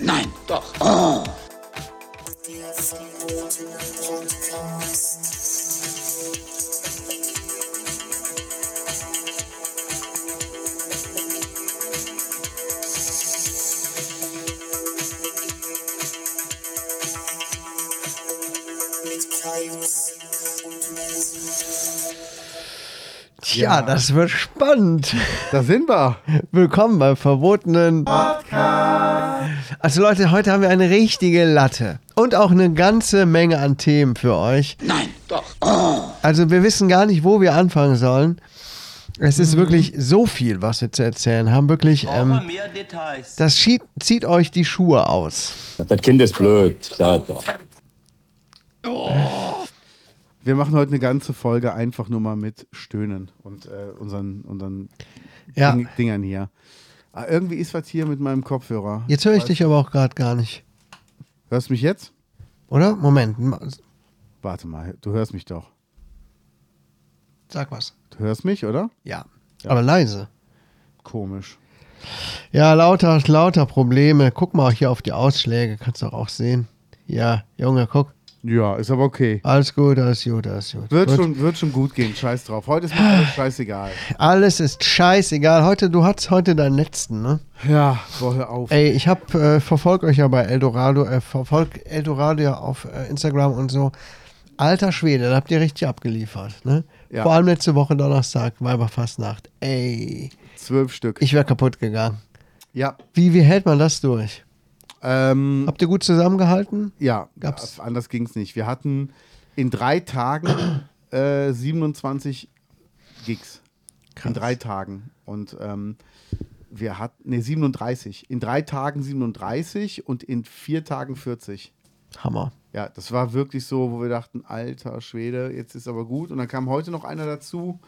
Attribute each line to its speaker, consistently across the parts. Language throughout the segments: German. Speaker 1: Nein, Oh, doch.
Speaker 2: Tja, das wird spannend.
Speaker 3: Da sind wir.
Speaker 2: Willkommen beim verbotenen Podcast. Also Leute, heute haben wir eine richtige Latte und auch eine ganze Menge an Themen für euch.
Speaker 1: Nein, doch.
Speaker 2: Also wir wissen gar nicht, wo wir anfangen sollen. Es ist wirklich so viel, was wir zu erzählen haben. Wirklich, ähm,
Speaker 4: mehr Details.
Speaker 2: das schie- zieht euch die Schuhe aus.
Speaker 5: Das Kind ist blöd. Da, da.
Speaker 3: Wir machen heute eine ganze Folge einfach nur mal mit Stöhnen und äh, unseren, unseren
Speaker 2: Ja,
Speaker 3: Ding, Dingern hier. Ah, irgendwie ist was hier mit meinem Kopfhörer.
Speaker 2: jetzt höre ich dich aber auch gerade gar nicht.
Speaker 3: Hörst du mich jetzt?
Speaker 2: Oder? Moment, ma-
Speaker 3: Warte mal, du hörst mich doch.
Speaker 2: sag was.
Speaker 3: Du hörst mich, oder?
Speaker 2: Ja, aber leise.
Speaker 3: Komisch.
Speaker 2: Ja, lauter, lauter Probleme. Guck mal hier auf die Ausschläge, kannst du auch sehen. Ja, Junge, guck.
Speaker 3: Ja, ist aber okay.
Speaker 2: Alles gut, alles gut, alles gut.
Speaker 3: Wird
Speaker 2: gut.
Speaker 3: schon, wird schon gut gehen, scheiß drauf. Heute ist mir alles scheißegal.
Speaker 2: Alles ist scheißegal. Heute, du hattest heute deinen letzten, ne?
Speaker 3: Ja, boah, hör auf.
Speaker 2: Ey, ich hab, äh, verfolg euch ja bei Eldorado, äh, verfolg Eldorado ja auf äh, Instagram und so. Alter Schwede, da habt ihr richtig abgeliefert, ne?
Speaker 3: Ja.
Speaker 2: Vor allem letzte Woche Donnerstag, Weiberfastnacht. Ey,
Speaker 3: Zwölf Stück.
Speaker 2: ich wäre kaputt gegangen.
Speaker 3: ja,
Speaker 2: Wie, wie hält man das durch?
Speaker 3: ähm,
Speaker 2: Habt ihr gut zusammengehalten?
Speaker 3: ja, äh,
Speaker 2: Gab's-
Speaker 3: anders ging es nicht. Wir hatten in drei Tagen äh, 27 Gigs. In drei Tagen. Und ähm, wir hatten, ne, 37. In drei Tagen 37 und in vier Tagen 40.
Speaker 2: Hammer.
Speaker 3: Ja, das war wirklich so, wo wir dachten, alter Schwede, jetzt ist aber gut. Und dann kam heute noch einer dazu.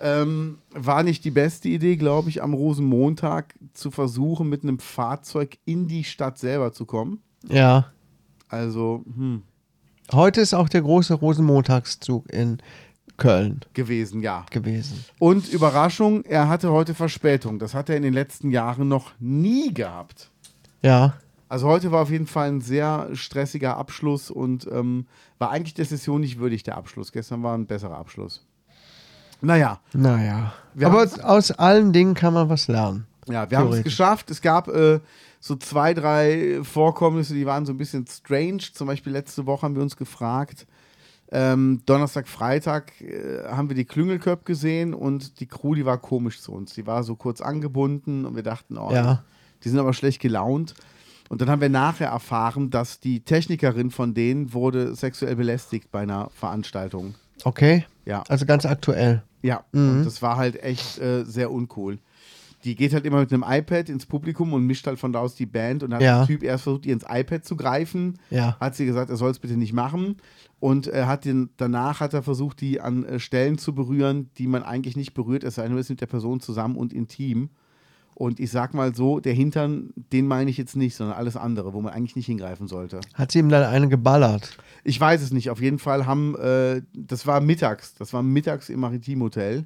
Speaker 3: Ähm, war nicht die beste Idee, glaube ich, am Rosenmontag zu versuchen, mit einem Fahrzeug in die Stadt selber zu kommen.
Speaker 2: Ja.
Speaker 3: Also, hm,
Speaker 2: Heute ist auch der große Rosenmontagszug in Köln
Speaker 3: gewesen, ja.
Speaker 2: gewesen.
Speaker 3: Und Überraschung, er hatte heute Verspätung. Das hat er in den letzten Jahren noch nie gehabt.
Speaker 2: Ja.
Speaker 3: Also heute war auf jeden Fall ein sehr stressiger Abschluss und ähm, war eigentlich der Session nicht würdig, der Abschluss. Gestern war ein besserer Abschluss. Naja,
Speaker 2: Naja.
Speaker 3: Wir
Speaker 2: Aber
Speaker 3: haben's-
Speaker 2: aus allen Dingen kann man was lernen.
Speaker 3: Ja, wir haben es
Speaker 2: Theoretisch.
Speaker 3: geschafft. Es gab äh, so zwei, drei Vorkommnisse, die waren so ein bisschen strange. Zum Beispiel letzte Woche haben wir uns gefragt, ähm, Donnerstag, Freitag äh, haben wir die Klüngelköp gesehen und die Crew, die war komisch zu uns. Die war so kurz angebunden und wir dachten, oh,
Speaker 2: Ja.
Speaker 3: die sind aber schlecht gelaunt. Und dann haben wir nachher erfahren, dass die Technikerin von denen wurde sexuell belästigt bei einer Veranstaltung.
Speaker 2: Okay?
Speaker 3: Ja.
Speaker 2: Also ganz aktuell.
Speaker 3: Ja,
Speaker 2: Mhm.
Speaker 3: und das war halt echt äh, sehr uncool. Die geht halt immer mit einem iPad ins Publikum und mischt halt von da aus die Band und hat
Speaker 2: Ja.
Speaker 3: der Typ erst versucht, ihr ins iPad zu greifen.
Speaker 2: Ja.
Speaker 3: Hat sie gesagt, er soll es bitte nicht machen. Und äh, hat den, danach hat er versucht, die an äh, Stellen zu berühren, die man eigentlich nicht berührt, es sei denn, man ist mit der Person zusammen und intim. Und ich sag mal so, der Hintern, den meine ich jetzt nicht, sondern alles andere, wo man eigentlich nicht hingreifen sollte.
Speaker 2: Hat sie ihm dann eine geballert?
Speaker 3: Ich weiß es nicht. Auf jeden Fall haben, äh, das war mittags, das war mittags im Maritim-Hotel.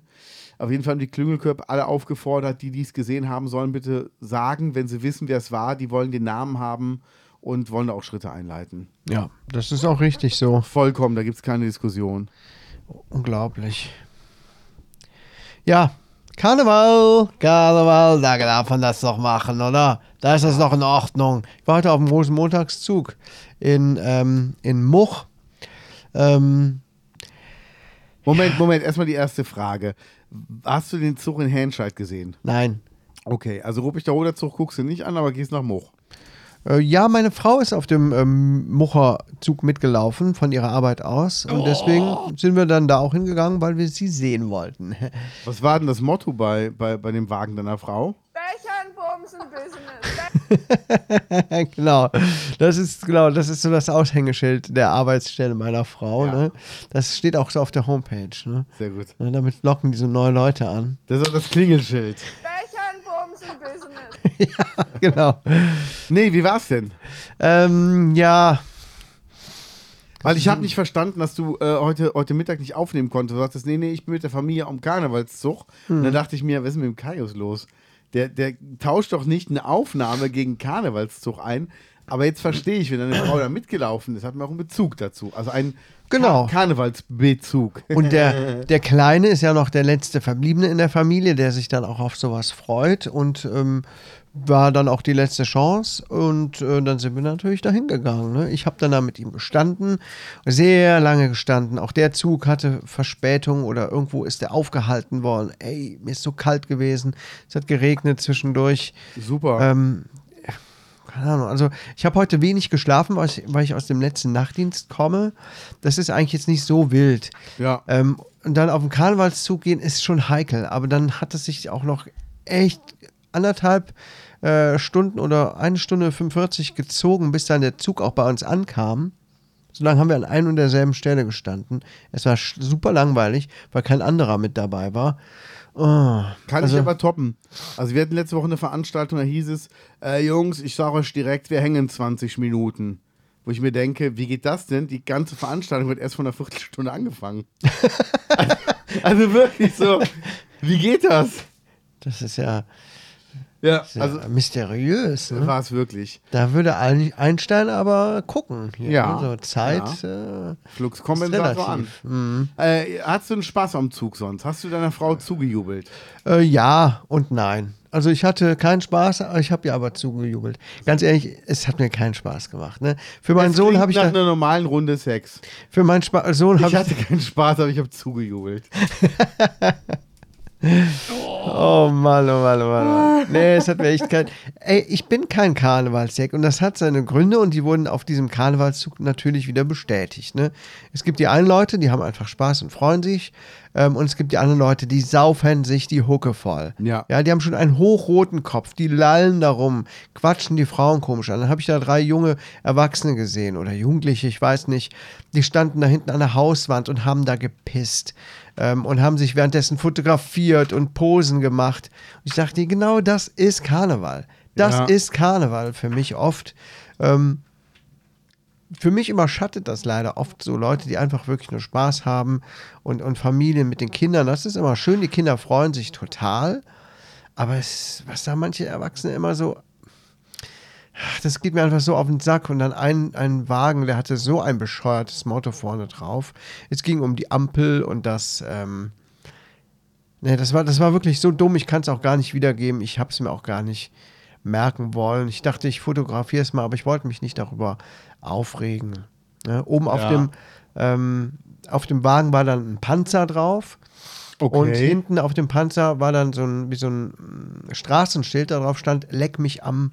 Speaker 3: Auf jeden Fall haben die Klüngelkörper alle aufgefordert, die dies gesehen haben, sollen bitte sagen, wenn sie wissen, wer es war. Die wollen den Namen haben und wollen da auch Schritte einleiten.
Speaker 2: Ja. Das ist auch richtig so.
Speaker 3: Vollkommen, da gibt es keine Diskussion.
Speaker 2: Unglaublich. Ja. Karneval, Karneval, da darf man das noch machen, oder? Da ist das noch in Ordnung. Ich war heute auf dem Rosenmontagszug in, ähm, in Much. Ähm,
Speaker 3: Moment, Moment, erstmal die erste Frage. Hast du den Zug in Henscheid gesehen?
Speaker 2: nein,
Speaker 3: Okay, also ruppig der oder Zug guckst du nicht an, aber gehst nach Moch.
Speaker 2: Äh, ja, meine Frau ist auf dem ähm, Mucher-Zug mitgelaufen von ihrer Arbeit aus. Und deswegen sind wir dann da auch hingegangen, weil wir sie sehen wollten.
Speaker 3: Was war denn das Motto bei, bei, bei dem Wagen deiner Frau?
Speaker 6: Bechern, Bumsen, Business.
Speaker 2: genau. Das ist, genau, das ist so das Aushängeschild der Arbeitsstelle meiner Frau.
Speaker 3: Ja.
Speaker 2: Ne? Das steht auch so auf der Homepage. Ne?
Speaker 3: Sehr gut.
Speaker 2: Ne, damit locken diese neue Leute an.
Speaker 3: Das ist auch das Klingelschild.
Speaker 6: Bechern, Bumsen, Business.
Speaker 2: genau.
Speaker 3: Nee, wie war's denn?
Speaker 2: Ähm, ja,
Speaker 3: Weil ich
Speaker 2: Hm.
Speaker 3: habe nicht verstanden, dass du äh, heute, heute Mittag nicht
Speaker 2: Hm.
Speaker 3: aufnehmen konntest. Du sagtest, nee, nee, ich bin mit der Familie am Karnevalszug. Und dann dachte ich mir, was ist mit dem Kaius los? Der, der tauscht doch nicht eine Aufnahme gegen Karnevalszug ein. Aber jetzt verstehe ich, wenn eine Frau da mitgelaufen ist, hat man auch einen Bezug dazu. Also einen
Speaker 2: Genau.
Speaker 3: Kar Karnevalsbezug.
Speaker 2: Und der, der Kleine ist ja noch der letzte Verbliebene in der Familie, der sich dann auch auf sowas freut und ähm, war dann auch die letzte Chance. Und äh, dann sind wir natürlich dahin gegangen. Ne? Ich habe dann da mit ihm gestanden, sehr lange gestanden. Auch der Zug hatte Verspätung oder irgendwo ist der aufgehalten worden. Ey, mir ist so kalt gewesen. Es hat geregnet zwischendurch.
Speaker 3: Super.
Speaker 2: Ähm, keine Ahnung. Also ich habe heute wenig geschlafen, weil ich, weil ich aus dem letzten Nachtdienst komme. Das ist eigentlich jetzt nicht so wild.
Speaker 3: Ja.
Speaker 2: Ähm, und dann auf den Karnevalszug gehen ist schon heikel, aber dann hat es sich auch noch echt anderthalb äh, Stunden oder eine Stunde 45 gezogen, bis dann der Zug auch bei uns ankam. So lange haben wir an ein und derselben Stelle gestanden. Es war sch- super langweilig, weil kein anderer mit dabei war. Oh,
Speaker 3: Kann
Speaker 2: also-
Speaker 3: ich aber toppen. Also wir hatten letzte Woche eine Veranstaltung, da hieß es, äh, Jungs, ich sage euch direkt, wir hängen 20 Minuten. Wo ich mir denke, wie geht das denn? Die ganze Veranstaltung wird erst von einer Viertelstunde angefangen. also, also wirklich so, wie geht das?
Speaker 2: Das ist ja,
Speaker 3: Ja,
Speaker 2: ist ja
Speaker 3: also
Speaker 2: mysteriös. Ne?
Speaker 3: war es wirklich.
Speaker 2: Da würde Ein- Einstein aber gucken. Hier,
Speaker 3: Ja,
Speaker 2: ne? So Zeit. Äh,
Speaker 3: Flugs
Speaker 2: ist
Speaker 3: Kompensator an.
Speaker 2: relativ. Mhm.
Speaker 3: Äh, hast du einen Spaß am Zug sonst? Hast du deiner Frau zugejubelt?
Speaker 2: Äh, ja und nein. Also ich hatte keinen Spaß, aber ich habe ja aber zugejubelt. Ganz ehrlich, es hat mir keinen Spaß gemacht. Ne? Für meinen
Speaker 3: Es
Speaker 2: Sohn
Speaker 3: klingt
Speaker 2: habe ich
Speaker 3: nach
Speaker 2: da,
Speaker 3: einer normalen Runde Sex.
Speaker 2: für meinen Spa Sohn
Speaker 3: Ich
Speaker 2: habe
Speaker 3: hatte keinen Spaß, aber ich habe zugejubelt.
Speaker 2: Oh Mann, oh Mann, oh Mann, oh Mann. Nee, es hat mir echt kein. Ey, ich bin kein Karnevalsjack und das hat seine Gründe und die wurden auf diesem Karnevalszug natürlich wieder bestätigt. Ne? Es gibt die einen Leute, die haben einfach Spaß und freuen sich. Ähm, und es gibt die anderen Leute, die saufen sich die Hucke voll.
Speaker 3: Ja.
Speaker 2: Ja, die haben schon einen hochroten Kopf, die lallen darum, quatschen die Frauen komisch an. Dann habe ich da drei junge Erwachsene gesehen oder Jugendliche, ich weiß nicht. Die standen da hinten an der Hauswand und haben da gepisst ähm, und haben sich währenddessen fotografiert und Posen gemacht. Und ich dachte, genau das ist Karneval. Das
Speaker 3: Ja.
Speaker 2: ist Karneval für mich oft. Ähm, für mich überschattet das leider oft so Leute, die einfach wirklich nur Spaß haben und, und Familien mit den Kindern. Das ist immer schön, die Kinder freuen sich total. Aber es, was da manche Erwachsene immer so, ach, das geht mir einfach so auf den Sack. Und dann ein, ein Wagen, der hatte so ein bescheuertes Motto vorne drauf. Es ging um die Ampel und das, ähm, ne, das war, das war wirklich so dumm. Ich kann es auch gar nicht wiedergeben. Ich habe es mir auch gar nicht merken wollen. Ich dachte, ich fotografiere es mal, aber ich wollte mich nicht darüber aufregen. Ne? Oben auf
Speaker 3: Ja.
Speaker 2: dem, ähm, auf dem Wagen war dann ein Panzer drauf. Und hinten auf dem Panzer war dann so ein, wie so ein mm, Straßenschild, da drauf stand, leck mich am.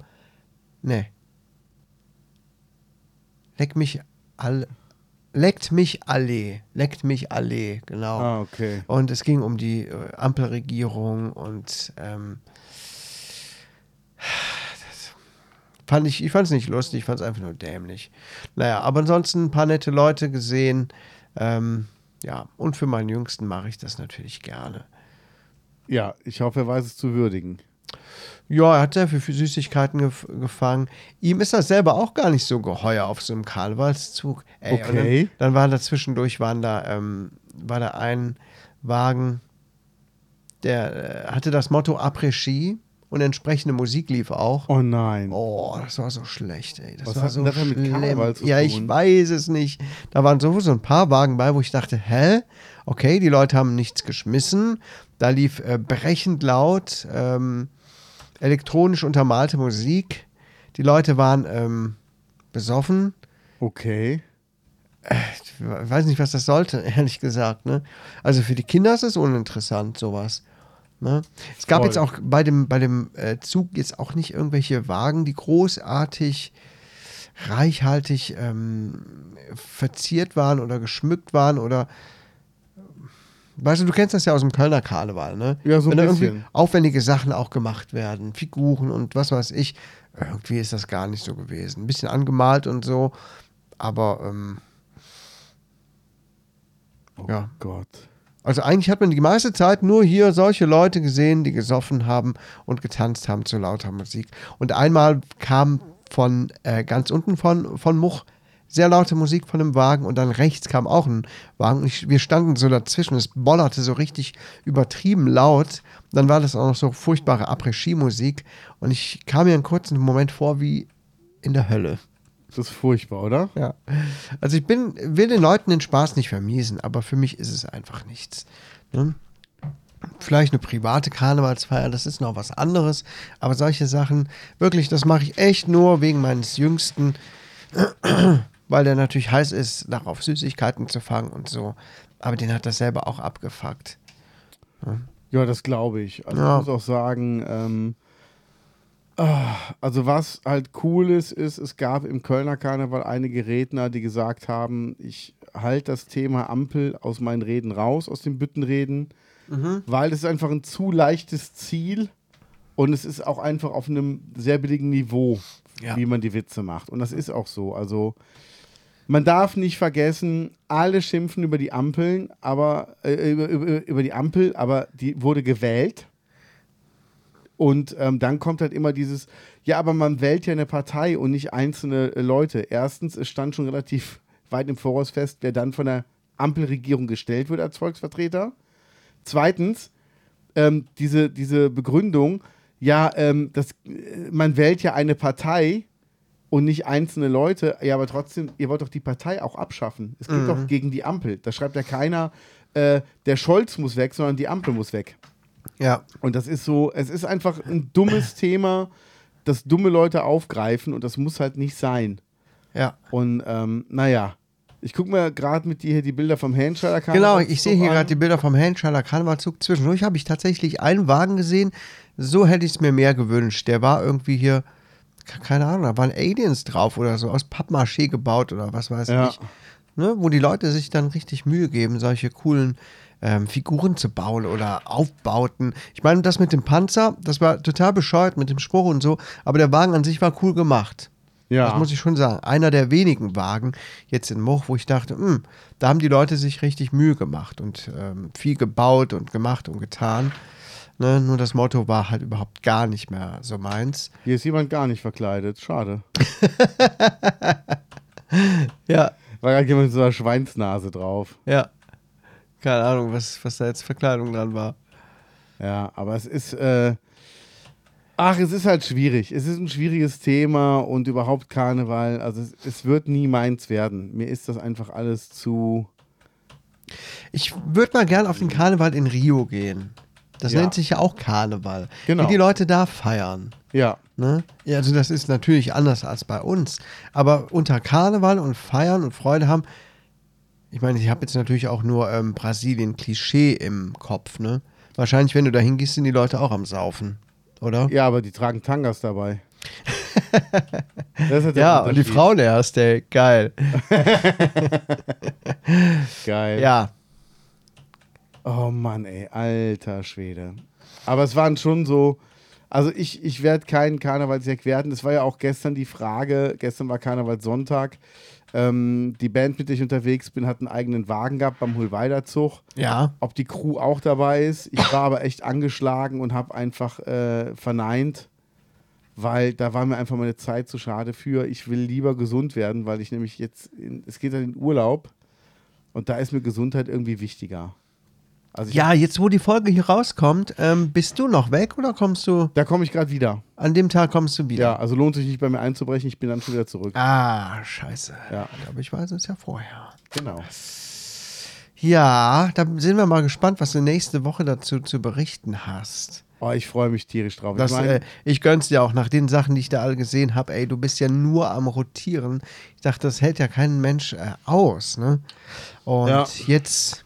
Speaker 2: Ne. Leck mich alle. Leckt mich alle. Leckt mich alle, genau.
Speaker 3: Ah, okay.
Speaker 2: Und es ging um die äh, Ampelregierung und ähm, das fand ich, ich fand es nicht lustig, ich fand es einfach nur dämlich. Naja, aber ansonsten ein paar nette Leute gesehen. Ähm, ja, und für meinen Jüngsten mache ich das natürlich gerne.
Speaker 3: Ja, ich hoffe, er weiß es zu würdigen.
Speaker 2: Ja, er hat sehr viel Süßigkeiten gef gefangen. Ihm ist das selber auch gar nicht so geheuer auf so einem Karnevalszug. Ey, und
Speaker 3: Okay.
Speaker 2: Dann, dann waren da zwischendurch, waren da, ähm, war da ein Wagen, der äh, hatte das Motto Après-Ski und entsprechende Musik lief auch.
Speaker 3: Oh nein.
Speaker 2: Oh, das war so schlecht, ey. Das
Speaker 3: Was
Speaker 2: war
Speaker 3: hat
Speaker 2: so
Speaker 3: denn das denn mit
Speaker 2: schlimm.
Speaker 3: Karneval zu
Speaker 2: ja, ich
Speaker 3: tun?
Speaker 2: weiß es nicht. Da waren sowieso ein paar Wagen bei, wo ich dachte, hä? Okay, die Leute haben nichts geschmissen. Da lief äh, brechend laut, ähm, elektronisch untermalte Musik. Die Leute waren ähm, besoffen.
Speaker 3: Okay.
Speaker 2: Ich weiß nicht, was das sollte, ehrlich gesagt. Ne? Also für die Kinder ist es uninteressant, sowas. Ne? Es gab
Speaker 3: Voll.
Speaker 2: jetzt auch bei dem, bei dem äh, Zug jetzt auch nicht irgendwelche Wagen, die großartig, reichhaltig ähm, verziert waren oder geschmückt waren oder. Weißt du, du kennst das ja aus dem Kölner Karneval, ne?
Speaker 3: Ja, so ein
Speaker 2: Wenn da irgendwie
Speaker 3: bisschen.
Speaker 2: aufwendige Sachen auch gemacht werden, Figuren und was weiß ich. Irgendwie ist das gar nicht so gewesen. Ein bisschen angemalt und so, aber ähm,
Speaker 3: Oh
Speaker 2: Ja.
Speaker 3: Gott.
Speaker 2: Also eigentlich hat man die meiste Zeit nur hier solche Leute gesehen, die gesoffen haben und getanzt haben zu lauter Musik. Und einmal kam von äh, ganz unten von, von Much sehr laute Musik von einem Wagen und dann rechts kam auch ein Wagen. Und Ich, wir standen so dazwischen, es bollerte so richtig übertrieben laut. Dann war das auch noch so furchtbare Après-Ski-Musik und ich kam mir einen kurzen Moment vor wie in der Hölle.
Speaker 3: Das ist furchtbar, oder?
Speaker 2: Ja. Also ich bin, will den Leuten den Spaß nicht vermiesen, aber für mich ist es einfach nichts. Ne? Vielleicht eine private Karnevalsfeier, das ist noch was anderes, aber solche Sachen, wirklich, das mache ich echt nur wegen meines Jüngsten, weil der natürlich heiß ist, darauf Süßigkeiten zu fangen und so. Aber den hat das selber auch abgefuckt.
Speaker 3: Ja, das glaube ich. Also
Speaker 2: Ja.
Speaker 3: ich muss auch sagen, ähm, ah, also was halt cool ist, ist, es gab im Kölner Karneval einige Redner, die gesagt haben, ich halte das Thema Ampel aus meinen Reden raus, aus den Büttenreden,
Speaker 2: Mhm.
Speaker 3: weil es ist einfach ein zu leichtes Ziel und es ist auch einfach auf einem sehr billigen Niveau,
Speaker 2: Ja.
Speaker 3: wie man die Witze macht. Und das ist auch so. Also man darf nicht vergessen, alle schimpfen über die Ampeln, aber äh, über, über, über die Ampel, aber die wurde gewählt. Und ähm, dann kommt halt immer dieses, ja, aber man wählt ja eine Partei und nicht einzelne äh, Leute. Erstens, es stand schon relativ weit im Voraus fest, wer dann von der Ampelregierung gestellt wird als Volksvertreter. Zweitens, ähm, diese, diese Begründung, ja, ähm, das, äh, man wählt ja eine Partei und nicht einzelne Leute. Ja, aber trotzdem, ihr wollt doch die Partei auch abschaffen. Es geht
Speaker 2: Mhm.
Speaker 3: doch gegen die Ampel. Da schreibt ja keiner, äh, der Scholz muss weg, sondern die Ampel muss weg.
Speaker 2: Ja,
Speaker 3: Und das ist so, es ist einfach ein dummes Thema, das dumme Leute aufgreifen und das muss halt nicht sein.
Speaker 2: ja.
Speaker 3: Und ähm, naja, ich gucke mir gerade mit dir hier die Bilder vom Handschalter
Speaker 2: Genau, ich sehe hier gerade die Bilder vom Handschaller Karnevalzug. Zwischendurch habe ich tatsächlich einen Wagen gesehen. So hätte ich es mir mehr gewünscht. Der war irgendwie hier, ke- keine Ahnung, da waren Aliens drauf oder so, aus Pappmaché gebaut oder was weiß
Speaker 3: Ja.
Speaker 2: ich. Ne, wo die Leute sich dann richtig Mühe geben, solche coolen ähm, Figuren zu bauen oder Aufbauten. Ich meine, das mit dem Panzer, das war total bescheuert mit dem Spruch und so, aber der Wagen an sich war cool gemacht.
Speaker 3: Ja.
Speaker 2: Das muss ich schon sagen. Einer der wenigen Wagen jetzt in Moch, wo ich dachte, hm, da haben die Leute sich richtig Mühe gemacht und ähm, viel gebaut und gemacht und getan. Ne, nur das Motto war halt überhaupt gar nicht mehr so meins.
Speaker 3: Hier ist jemand gar nicht verkleidet, schade.
Speaker 2: Ja,
Speaker 3: War gerade jemand mit so einer Schweinsnase drauf.
Speaker 2: ja. Keine Ahnung, was, was da jetzt Verkleidung dran war.
Speaker 3: Ja, aber es ist. Äh, ach, es ist halt schwierig. Es ist ein schwieriges Thema und überhaupt Karneval. Also, es, es wird nie meins werden. Mir ist das einfach alles zu.
Speaker 2: Ich würde mal gern auf den Karneval in Rio gehen. Das
Speaker 3: Ja.
Speaker 2: nennt sich ja auch Karneval.
Speaker 3: Genau.
Speaker 2: Wie die Leute da feiern.
Speaker 3: Ja.
Speaker 2: Ne? Ja, also das ist natürlich anders als bei uns. Aber unter Karneval und Feiern und Freude haben, ich meine, ich habe jetzt natürlich auch nur ähm, Brasilien-Klischee im Kopf. Ne? Wahrscheinlich, wenn du da hingehst, sind die Leute auch am Saufen, oder?
Speaker 3: Ja, aber die tragen Tangas dabei. Das ist halt der
Speaker 2: Ja, und die
Speaker 3: Unterschied.
Speaker 2: Frau der hast, ey, geil.
Speaker 3: Geil.
Speaker 2: Ja,
Speaker 3: Oh Mann, ey, alter Schwede. Aber es waren schon so. Also ich, ich werde keinen Karnevalsjack werden. Das war ja auch gestern die Frage. Gestern war Karnevalssonntag. Ähm, die Band, mit der ich unterwegs bin, hat einen eigenen Wagen gehabt beim Hulweider-Zug.
Speaker 2: ja.
Speaker 3: Ob die Crew auch dabei ist. Ich war aber echt angeschlagen und habe einfach äh, verneint, weil da war mir einfach meine Zeit zu schade für. Ich will lieber gesund werden, weil ich nämlich jetzt, in, es geht halt in Urlaub und da ist mir Gesundheit irgendwie wichtiger. Also ich,
Speaker 2: Ja, jetzt wo die Folge hier rauskommt, ähm, bist du noch weg oder kommst du,
Speaker 3: da komme ich gerade wieder.
Speaker 2: an dem Tag kommst du wieder?
Speaker 3: Ja, also lohnt sich nicht bei mir einzubrechen. Ich bin dann schon wieder zurück.
Speaker 2: Ah, scheiße.
Speaker 3: Ja.
Speaker 2: Aber ich weiß es ja vorher.
Speaker 3: Genau.
Speaker 2: Ja, da sind wir mal gespannt, was du nächste Woche dazu zu berichten hast.
Speaker 3: Oh, ich freue mich tierisch drauf.
Speaker 2: Das,
Speaker 3: ich
Speaker 2: ich,
Speaker 3: meine,
Speaker 2: äh, ich gönn's dir auch nach den Sachen, die ich da alle gesehen habe. Ey, du bist ja nur am Rotieren. Ich dachte, das hält ja kein Mensch äh, aus. Ne? Und
Speaker 3: Ja.
Speaker 2: jetzt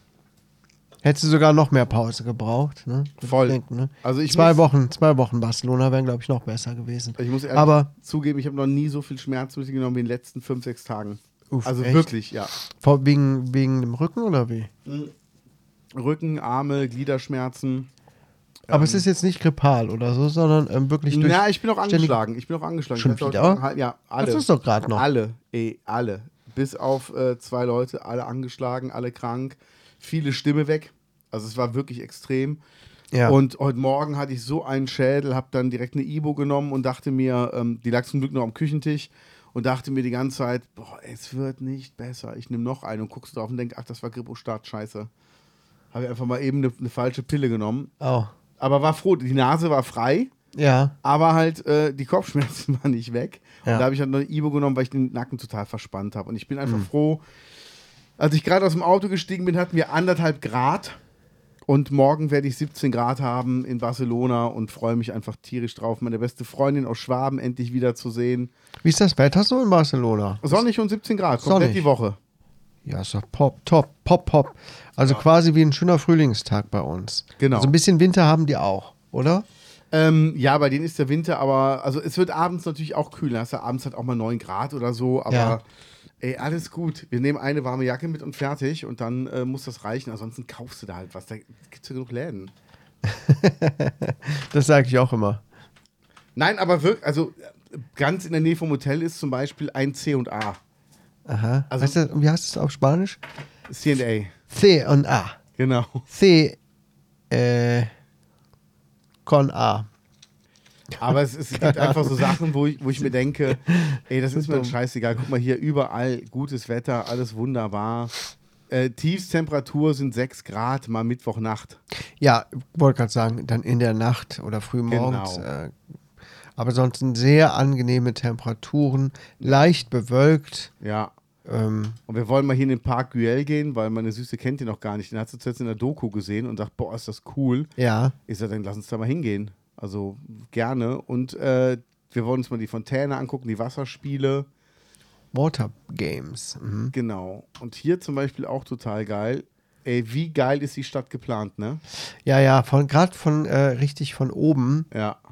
Speaker 2: hättest du sogar noch mehr Pause gebraucht. Ne? Würde
Speaker 3: Voll.
Speaker 2: denken, ne?
Speaker 3: Also ich
Speaker 2: zwei
Speaker 3: muss-
Speaker 2: Wochen, zwei Wochen Barcelona wären, glaube ich, noch besser gewesen.
Speaker 3: ich muss ehrlich
Speaker 2: Aber
Speaker 3: zugeben, ich habe noch nie so viel Schmerzmittel genommen wie in den letzten fünf, sechs Tagen.
Speaker 2: Uff,
Speaker 3: also
Speaker 2: echt?
Speaker 3: wirklich, ja.
Speaker 2: vor, wegen, wegen dem Rücken oder wie?
Speaker 3: Rücken, Arme, Gliederschmerzen.
Speaker 2: Aber es ist jetzt nicht grippal oder so, sondern ähm, wirklich durch.
Speaker 3: Ähm, Na, ich bin auch
Speaker 2: ständig-
Speaker 3: angeschlagen. Ich bin auch angeschlagen.
Speaker 2: Schon
Speaker 3: Ich hatte
Speaker 2: wieder?
Speaker 3: heute- Ja, alle.
Speaker 2: Das ist doch gerade noch.
Speaker 3: Alle, eh, alle. Bis auf äh, zwei Leute, alle angeschlagen, alle krank. Viele Stimme weg. Also es war wirklich extrem.
Speaker 2: Ja.
Speaker 3: Und heute Morgen hatte ich so einen Schädel, habe dann direkt eine Ibo genommen und dachte mir, ähm, die lag zum Glück noch am Küchentisch und dachte mir die ganze Zeit, boah, es wird nicht besser. Ich nehme noch eine und guckst drauf und denk, ach, das war Grippostart, scheiße. Habe ich einfach mal eben eine, eine falsche Pille genommen.
Speaker 2: Oh.
Speaker 3: Aber war froh, die Nase war frei,
Speaker 2: Ja.
Speaker 3: aber halt äh, die Kopfschmerzen waren nicht weg.
Speaker 2: Ja.
Speaker 3: Und da habe ich halt noch eine Ibo genommen, weil ich den Nacken total verspannt habe. Und ich bin einfach froh, als ich gerade aus dem Auto gestiegen bin, hatten wir anderthalb Grad. Und morgen werde ich 17 Grad haben in Barcelona und freue mich einfach tierisch drauf, meine beste Freundin aus Schwaben endlich wiederzusehen.
Speaker 2: Wie ist das Wetter so in Barcelona?
Speaker 3: Sonnig und 17 Grad, komplett
Speaker 2: Sonnig.
Speaker 3: die Woche.
Speaker 2: Ja, ist doch pop, top, pop, pop. Also quasi wie ein schöner Frühlingstag bei uns.
Speaker 3: Genau.
Speaker 2: So ein bisschen Winter haben die auch, oder?
Speaker 3: Ähm, ja, bei denen ist der Winter, aber also es wird abends natürlich auch kühler. Hast ja abends halt auch mal 9 Grad oder so, aber
Speaker 2: Ja.
Speaker 3: ey, alles gut. Wir nehmen eine warme Jacke mit und fertig und dann äh, muss das reichen. Ansonsten kaufst du da halt was. Da gibt's ja genug Läden.
Speaker 2: Das sage ich auch immer.
Speaker 3: Nein, aber wirklich, also äh, ganz in der Nähe vom Hotel ist zum Beispiel ein C und A.
Speaker 2: Aha.
Speaker 3: Also-
Speaker 2: heißt das, wie heißt es auf Spanisch?
Speaker 3: C und A.
Speaker 2: C und A.
Speaker 3: Genau.
Speaker 2: C äh, con A.
Speaker 3: Aber es, es gibt einfach so Sachen, wo ich, wo ich mir denke, ey, das ist mir doch scheißegal. Guck mal hier, überall gutes Wetter, alles wunderbar. Äh, Tiefstemperatur sind 6 Grad, mal Mittwochnacht.
Speaker 2: Ja, wollte gerade sagen, dann in der Nacht oder früh morgens.
Speaker 3: Genau.
Speaker 2: Äh, aber sonst sind sehr angenehme Temperaturen, leicht bewölkt.
Speaker 3: Ja.
Speaker 2: Ähm,
Speaker 3: Und wir wollen mal hier in den Park Güell gehen, weil meine Süße kennt den noch gar nicht. Den hat sie zuletzt in der Doku gesehen und sagt, boah, ist das cool.
Speaker 2: ja,
Speaker 3: Ich sage, dann lass uns da mal hingehen. Also gerne. Und äh, wir wollen uns mal die Fontäne angucken, die Wasserspiele.
Speaker 2: Water Games. Mhm.
Speaker 3: Genau. Und hier zum Beispiel auch total geil. Ey, wie geil ist die Stadt geplant, ne?
Speaker 2: Ja, ja, von gerade von äh, richtig von oben,
Speaker 3: Ja.
Speaker 2: mh,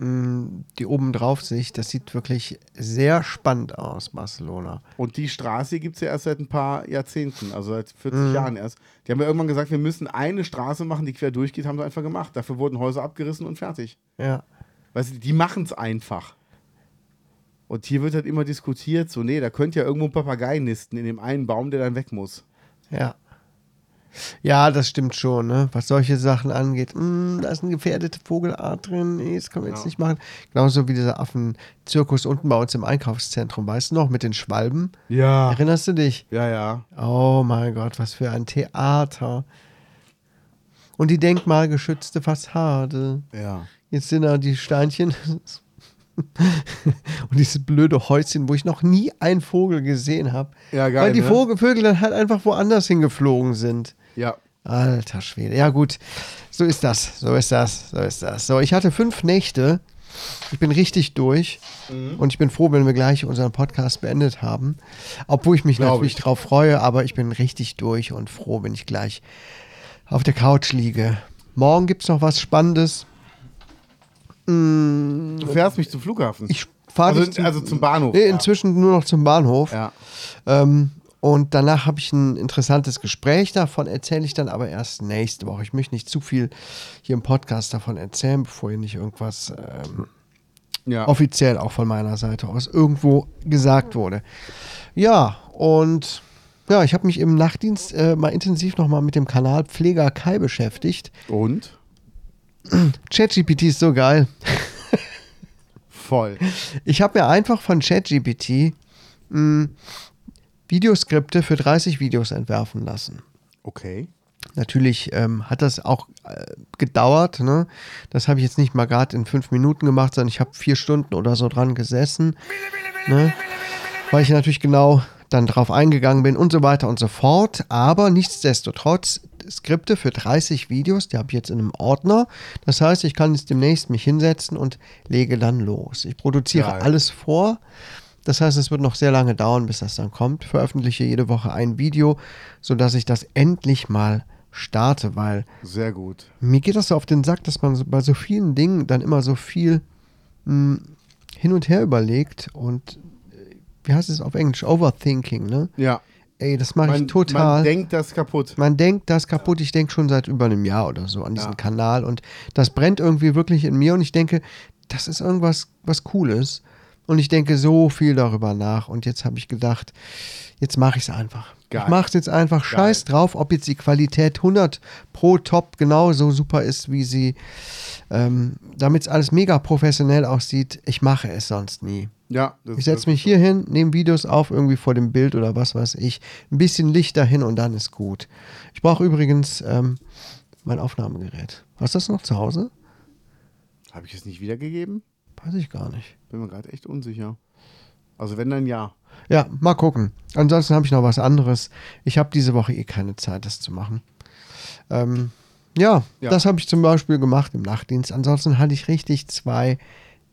Speaker 2: Mm, die oben drauf Sicht, das sieht wirklich sehr spannend aus, Barcelona.
Speaker 3: Und die Straße gibt es ja erst seit ein paar Jahrzehnten, also seit 40 Jahren erst. Die haben ja irgendwann gesagt, wir müssen eine Straße machen, die quer durchgeht, haben sie einfach gemacht. Dafür wurden Häuser abgerissen und fertig.
Speaker 2: Ja.
Speaker 3: Weißt du, die machen es einfach. Und hier wird halt immer diskutiert, so, nee, da könnte ja irgendwo ein Papagei nisten in dem einen Baum, der dann weg muss.
Speaker 2: Ja. Ja, das stimmt schon, ne? was solche Sachen angeht. Hm, da ist eine gefährdete Vogelart drin, nee, das können wir jetzt
Speaker 3: Ja.
Speaker 2: nicht machen. Genauso wie dieser Affenzirkus unten bei uns im Einkaufszentrum, weißt du noch, mit den Schwalben?
Speaker 3: Ja.
Speaker 2: Erinnerst du dich?
Speaker 3: Ja, ja.
Speaker 2: Oh mein Gott, was für ein Theater. Und die denkmalgeschützte Fassade.
Speaker 3: Ja.
Speaker 2: Jetzt sind da die Steinchen und dieses blöde Häuschen, wo ich noch nie einen Vogel gesehen habe.
Speaker 3: Ja, geil,
Speaker 2: Weil die
Speaker 3: ne?
Speaker 2: Vogel, Vögel dann halt einfach woanders hingeflogen sind.
Speaker 3: Ja.
Speaker 2: Alter Schwede. Ja, gut. So ist das. So ist das. So ist das. So, ich hatte fünf Nächte. Ich bin richtig durch.
Speaker 3: Mhm.
Speaker 2: Und ich bin froh, wenn wir gleich unseren Podcast beendet haben. Obwohl ich mich
Speaker 3: Glaub
Speaker 2: natürlich
Speaker 3: ich.
Speaker 2: drauf freue, aber ich bin richtig durch und froh, wenn ich gleich auf der Couch liege. Morgen gibt es noch was Spannendes.
Speaker 3: Du fährst mich zum Flughafen.
Speaker 2: Ich fahre
Speaker 3: also,
Speaker 2: dich zum-
Speaker 3: also zum Bahnhof.
Speaker 2: Nee, inzwischen nur noch zum Bahnhof.
Speaker 3: Ja.
Speaker 2: Ähm, und danach habe ich ein interessantes Gespräch. Davon erzähle ich dann aber erst nächste Woche. Ich möchte nicht zu viel hier im Podcast davon erzählen, bevor ihr nicht irgendwas ähm,
Speaker 3: Ja. ja.
Speaker 2: offiziell auch von meiner Seite aus irgendwo gesagt wurde. Ja, und ja, ich habe mich im Nachtdienst äh, mal intensiv nochmal mit dem Kanal Pfleger Kai beschäftigt.
Speaker 3: Und?
Speaker 2: ChatGPT ist so geil.
Speaker 3: Voll.
Speaker 2: Ich habe mir einfach von ChatGPT mh, hm, Videoskripte für 30 Videos entwerfen lassen.
Speaker 3: Okay.
Speaker 2: Natürlich ähm, hat das auch äh, gedauert. Ne? Das habe ich jetzt nicht mal gerade in fünf Minuten gemacht, sondern ich habe vier Stunden oder so dran gesessen, ne? weil ich natürlich genau dann drauf eingegangen bin und so weiter und so fort. Aber nichtsdestotrotz Skripte für 30 Videos, die habe ich jetzt in einem Ordner. Das heißt, ich kann jetzt demnächst mich hinsetzen und lege dann los. Ich produziere
Speaker 3: Geil.
Speaker 2: alles vor. Das heißt, es wird noch sehr lange dauern, bis das dann kommt. Veröffentliche jede Woche ein Video, sodass ich das endlich mal starte, weil
Speaker 3: Sehr gut.
Speaker 2: mir geht das so auf den Sack, dass man so, bei so vielen Dingen dann immer so viel mh, hin und her überlegt und äh, wie heißt es auf Englisch? Overthinking, ne?
Speaker 3: Ja.
Speaker 2: Ey, das mache ich
Speaker 3: Man,
Speaker 2: total.
Speaker 3: man denkt das kaputt.
Speaker 2: Man denkt das kaputt. Ich denke schon seit über einem Jahr oder so an diesen
Speaker 3: Ja.
Speaker 2: Kanal und das brennt irgendwie wirklich in mir und ich denke, das ist irgendwas, was Cooles. Und ich denke so viel darüber nach und jetzt habe ich gedacht, jetzt mache ich es einfach.
Speaker 3: Geil.
Speaker 2: Ich mache es jetzt einfach. Scheiß drauf, ob jetzt die Qualität 100 pro Top genauso super ist, wie sie, ähm, damit es alles mega professionell aussieht. Ich mache es sonst nie.
Speaker 3: Ja, das
Speaker 2: Ich setze mich hier hin, nehme Videos auf, irgendwie vor dem Bild oder was weiß ich. Ein bisschen Licht dahin und dann ist gut. Ich brauche übrigens ähm, mein Aufnahmegerät. Hast du das noch zu Hause?
Speaker 3: Habe ich es nicht wiedergegeben?
Speaker 2: Weiß ich gar nicht.
Speaker 3: Bin mir gerade echt unsicher. Also wenn dann ja.
Speaker 2: Ja, mal gucken. Ansonsten habe ich noch was anderes. Ich habe diese Woche eh keine Zeit, das zu machen. Ähm, ja,
Speaker 3: Ja.
Speaker 2: das habe ich zum Beispiel gemacht im Nachtdienst. Ansonsten hatte ich richtig zwei,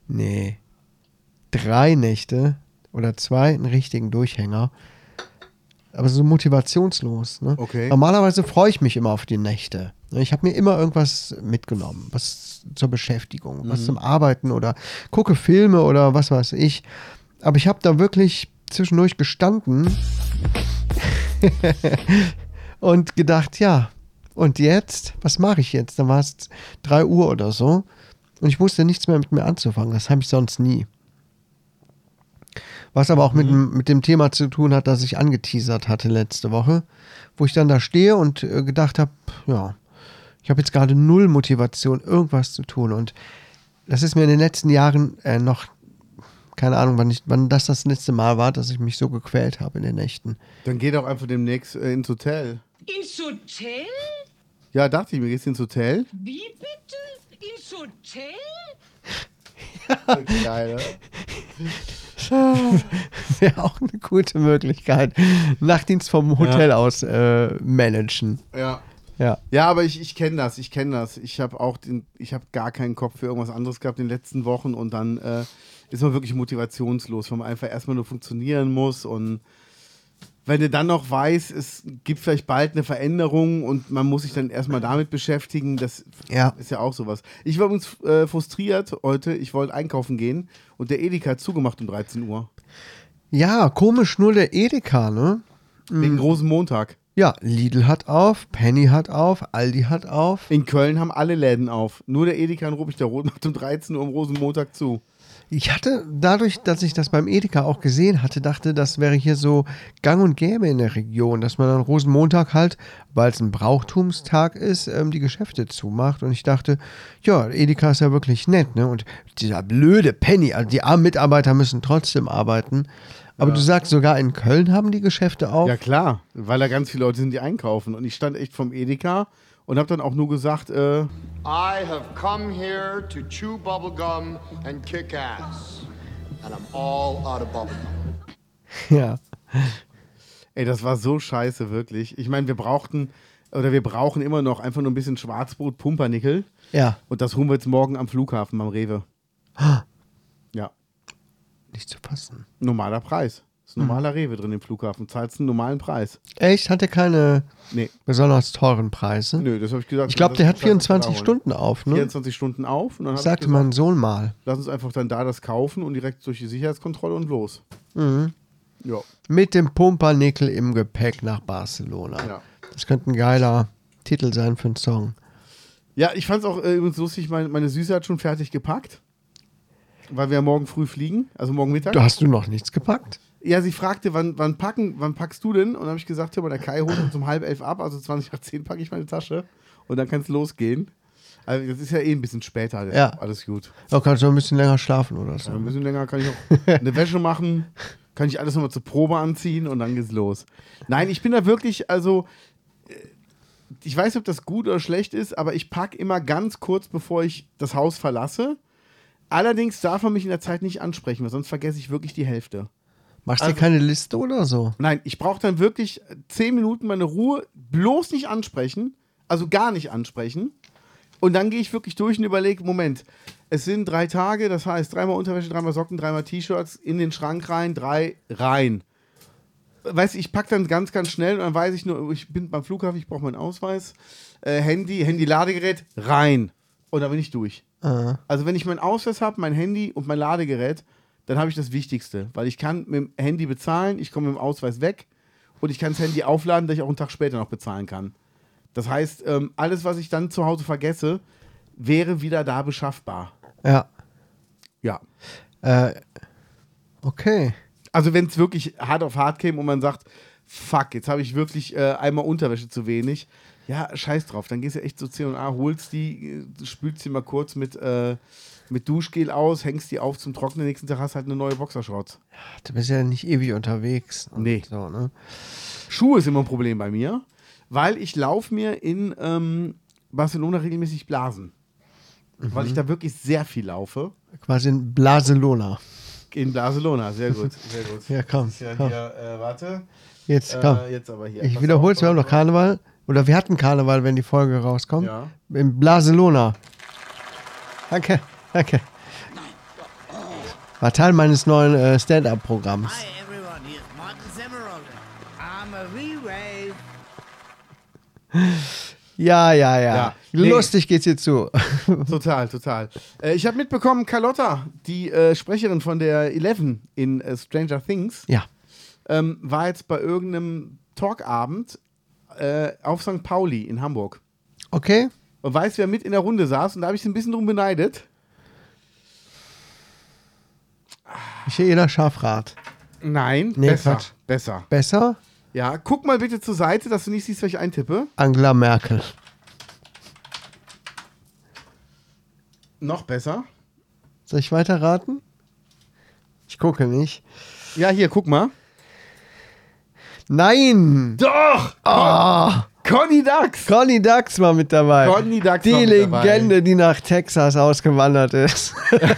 Speaker 2: nee, drei Nächte oder zwei einen richtigen Durchhänger. Aber so motivationslos. Ne?
Speaker 3: Okay.
Speaker 2: Normalerweise freue ich mich immer auf die Nächte. Ich habe mir immer irgendwas mitgenommen, was zur Beschäftigung, was zum Arbeiten oder gucke Filme oder was weiß ich. Aber ich habe da wirklich zwischendurch gestanden und gedacht, ja, und jetzt? Was mache ich jetzt? Dann war es 3 Uhr oder so und ich wusste nichts mehr mit mir anzufangen. Das habe ich sonst nie. Was aber auch mit, dem- mit dem Thema zu tun hat, das ich angeteasert hatte letzte Woche, wo ich dann da stehe und äh, gedacht habe, ja, ich habe jetzt gerade null Motivation, irgendwas zu tun. Und das ist mir in den letzten Jahren äh, noch, keine Ahnung, wann, ich, wann das das letzte Mal war, dass ich mich so gequält habe in den Nächten.
Speaker 3: Dann geh doch einfach demnächst äh, ins Hotel.
Speaker 1: Ins Hotel?
Speaker 3: Ja, dachte ich mir, gehst du ins Hotel?
Speaker 1: Wie bitte? Ins Hotel?
Speaker 3: Geil. ne?
Speaker 2: Wäre auch eine gute Möglichkeit. Nachtdienst vom Hotel aus äh, managen.
Speaker 3: Ja.
Speaker 2: Ja.
Speaker 3: Ja, aber ich, ich kenne das, ich kenne das. Ich habe auch den, ich habe gar keinen Kopf für irgendwas anderes gehabt in den letzten Wochen und dann äh, ist man wirklich motivationslos, weil man einfach erstmal nur funktionieren muss und wenn du dann noch weißt, es gibt vielleicht bald eine Veränderung und man muss sich dann erstmal damit beschäftigen, das
Speaker 2: Ja.
Speaker 3: ist ja auch sowas. Ich war übrigens äh, frustriert heute, ich wollte einkaufen gehen und der Edeka hat zugemacht um 13 Uhr.
Speaker 2: Ja, komisch nur der Edeka, ne?
Speaker 3: Wegen großen Montag.
Speaker 2: Ja, Lidl hat auf, Penny hat auf, Aldi hat auf.
Speaker 3: In Köln haben alle Läden auf. Nur der Edeka in Rubik der Rot macht um 13 Uhr am Rosenmontag zu.
Speaker 2: Ich hatte dadurch, dass ich das beim Edeka auch gesehen hatte, dachte, das wäre hier so gang und gäbe in der Region, dass man an Rosenmontag halt, weil es ein Brauchtumstag ist, ähm, die Geschäfte zumacht. Und ich dachte, ja, Edeka ist ja wirklich nett, ne? Und dieser blöde Penny, also die armen Mitarbeiter müssen trotzdem arbeiten. Aber du sagst, sogar in Köln haben die Geschäfte auf.
Speaker 3: Ja klar, weil da ganz viele Leute sind, die einkaufen. Und ich stand echt vom Edeka und habe dann auch nur gesagt, äh,
Speaker 4: I have come here to chew bubblegum and kick ass. And I'm all out of bubblegum.
Speaker 2: ja.
Speaker 3: ey, das war so scheiße, wirklich. Ich meine, wir brauchten oder wir brauchen immer noch einfach nur ein bisschen Schwarzbrot, Pumpernickel.
Speaker 2: Ja.
Speaker 3: Und das holen wir jetzt morgen am Flughafen beim Rewe. Ja,
Speaker 2: Nicht zu passen.
Speaker 3: normaler Preis. Ist ein
Speaker 2: Hm.
Speaker 3: normaler Rewe drin im Flughafen. Zahlst einen normalen Preis.
Speaker 2: Echt? Hat er keine
Speaker 3: Nee,
Speaker 2: besonders teuren Preise?
Speaker 3: nö, das habe ich gesagt.
Speaker 2: Ich glaube,
Speaker 3: das halt
Speaker 2: der hat
Speaker 3: muss ich dann
Speaker 2: 24
Speaker 3: holen.
Speaker 2: Stunden auf, ne?
Speaker 3: 24 Stunden auf und dann hab ich
Speaker 2: Sagte
Speaker 3: gesagt,
Speaker 2: mein Sohn mal.
Speaker 3: lass uns einfach dann da das kaufen und direkt durch die Sicherheitskontrolle und los. Mhm. Ja.
Speaker 2: Mit dem Pumpernickel im Gepäck nach Barcelona.
Speaker 3: Ja.
Speaker 2: Das könnte ein geiler Titel sein für einen Song.
Speaker 3: Ja, ich fand's auch äh, übrigens lustig, meine, meine Süße hat schon fertig gepackt. Weil wir ja morgen früh fliegen, also morgen Mittag.
Speaker 2: Du hast du noch nichts gepackt?
Speaker 3: Ja, sie fragte, wann, wann, packen, wann packst du denn? Und dann habe ich gesagt, hör mal, der Kai holt uns um halb elf ab, also 20 nach 10 packe ich meine Tasche und dann kann's losgehen. Also das ist ja eh ein bisschen später, das-
Speaker 2: Ja.
Speaker 3: alles gut.
Speaker 2: Da kannst du ein bisschen länger schlafen oder so.
Speaker 3: Ein bisschen länger kann ich auch eine Wäsche machen, kann ich alles nochmal zur Probe anziehen und dann geht's los. Nein, ich bin da wirklich, also äh, ich weiß nicht, ob das gut oder schlecht ist, aber ich packe immer ganz kurz, bevor ich das Haus verlasse. Allerdings darf man mich in der Zeit nicht ansprechen, weil sonst vergesse ich wirklich die Hälfte.
Speaker 2: Machst du
Speaker 3: Also-
Speaker 2: dir keine Liste oder so?
Speaker 3: Nein, ich brauche dann wirklich äh, zehn Minuten meine Ruhe, bloß nicht ansprechen, also gar nicht ansprechen. Und dann gehe ich wirklich durch und überlege, Moment, es sind drei Tage, das heißt dreimal Unterwäsche, dreimal Socken, dreimal T-Shirts, in den Schrank rein, drei rein. Weißt du, ich packe dann ganz, ganz schnell und dann weiß ich nur, ich bin beim Flughafen, ich brauche meinen Ausweis, äh, Handy, Handy-Ladegerät, rein. Und dann bin ich durch.
Speaker 2: Äh,
Speaker 3: Also wenn ich meinen Ausweis habe, mein Handy und mein Ladegerät, dann habe ich das Wichtigste, weil ich kann mit dem Handy bezahlen, ich komme mit dem Ausweis weg und ich kann das Handy aufladen, dass ich auch einen Tag später noch bezahlen kann. Das heißt, ähm, alles, was ich dann zu Hause vergesse, wäre wieder da beschaffbar.
Speaker 2: Ja.
Speaker 3: Ja.
Speaker 2: Äh, okay.
Speaker 3: Also wenn es wirklich hart auf hart käme und man sagt, fuck, jetzt habe ich wirklich äh, einmal Unterwäsche zu wenig, Ja, scheiß drauf. Dann gehst du echt zu C&A, holst die, äh, spülst sie mal kurz mit, äh, mit Duschgel aus, hängst die auf zum Trocknen. Nächsten Tag hast halt eine neue Boxershorts.
Speaker 2: Du bist ja nicht ewig unterwegs. und
Speaker 3: Nee.
Speaker 2: So, ne?
Speaker 3: Schuhe ist immer ein Problem bei mir, weil ich laufe mir in ähm, Barcelona regelmäßig Blasen.
Speaker 2: Mhm.
Speaker 3: Weil ich da wirklich sehr viel laufe.
Speaker 2: Quasi in Blaselona.
Speaker 3: In Barcelona, sehr gut. Sehr gut.
Speaker 2: Ja, komm,
Speaker 3: Ist ja
Speaker 2: komm.
Speaker 3: Hier, äh, warte.
Speaker 2: Jetzt, komm.
Speaker 3: Äh, jetzt aber hier.
Speaker 2: ich
Speaker 3: Pass
Speaker 2: wiederhole es,
Speaker 3: auf.
Speaker 2: wir haben noch Karneval. Oder wir hatten Karneval, wenn die Folge rauskommt.
Speaker 3: Ja.
Speaker 2: In Blaselona. Danke, danke. War Teil meines neuen äh, Stand-Up-Programms.
Speaker 7: Hi everyone, here's Martin Semmeralder. I'm a re-rave.
Speaker 2: Ja, ja, ja.
Speaker 3: Ja, nee.
Speaker 2: Lustig geht's hier zu.
Speaker 3: Total, total. Äh, ich habe mitbekommen, Carlotta, die äh, Sprecherin von der Eleven in äh, Stranger Things,
Speaker 2: ja.
Speaker 3: ähm, war jetzt bei irgendeinem Talkabend äh, auf St. Pauli in Hamburg.
Speaker 2: Okay.
Speaker 3: Und weiß, wer mit in der Runde saß. Und da habe ich sie ein bisschen drum beneidet.
Speaker 2: Michaela Schafrat.
Speaker 3: Nein,
Speaker 2: Nee,
Speaker 3: besser.
Speaker 2: Quatsch.
Speaker 3: Besser.
Speaker 2: Besser?
Speaker 3: Ja, guck mal bitte zur Seite, dass du nicht siehst, was ich eintippe.
Speaker 2: Angela Merkel.
Speaker 3: Noch besser.
Speaker 2: Soll ich weiterraten? Ich gucke nicht.
Speaker 3: Ja, hier, guck mal.
Speaker 2: Nein!
Speaker 3: Doch!
Speaker 2: Ah.
Speaker 3: Conny Dax!
Speaker 2: Conny Dax war mit dabei.
Speaker 3: Conny Dax
Speaker 2: Die
Speaker 3: war mit dabei.
Speaker 2: Legende, die nach Texas ausgewandert ist.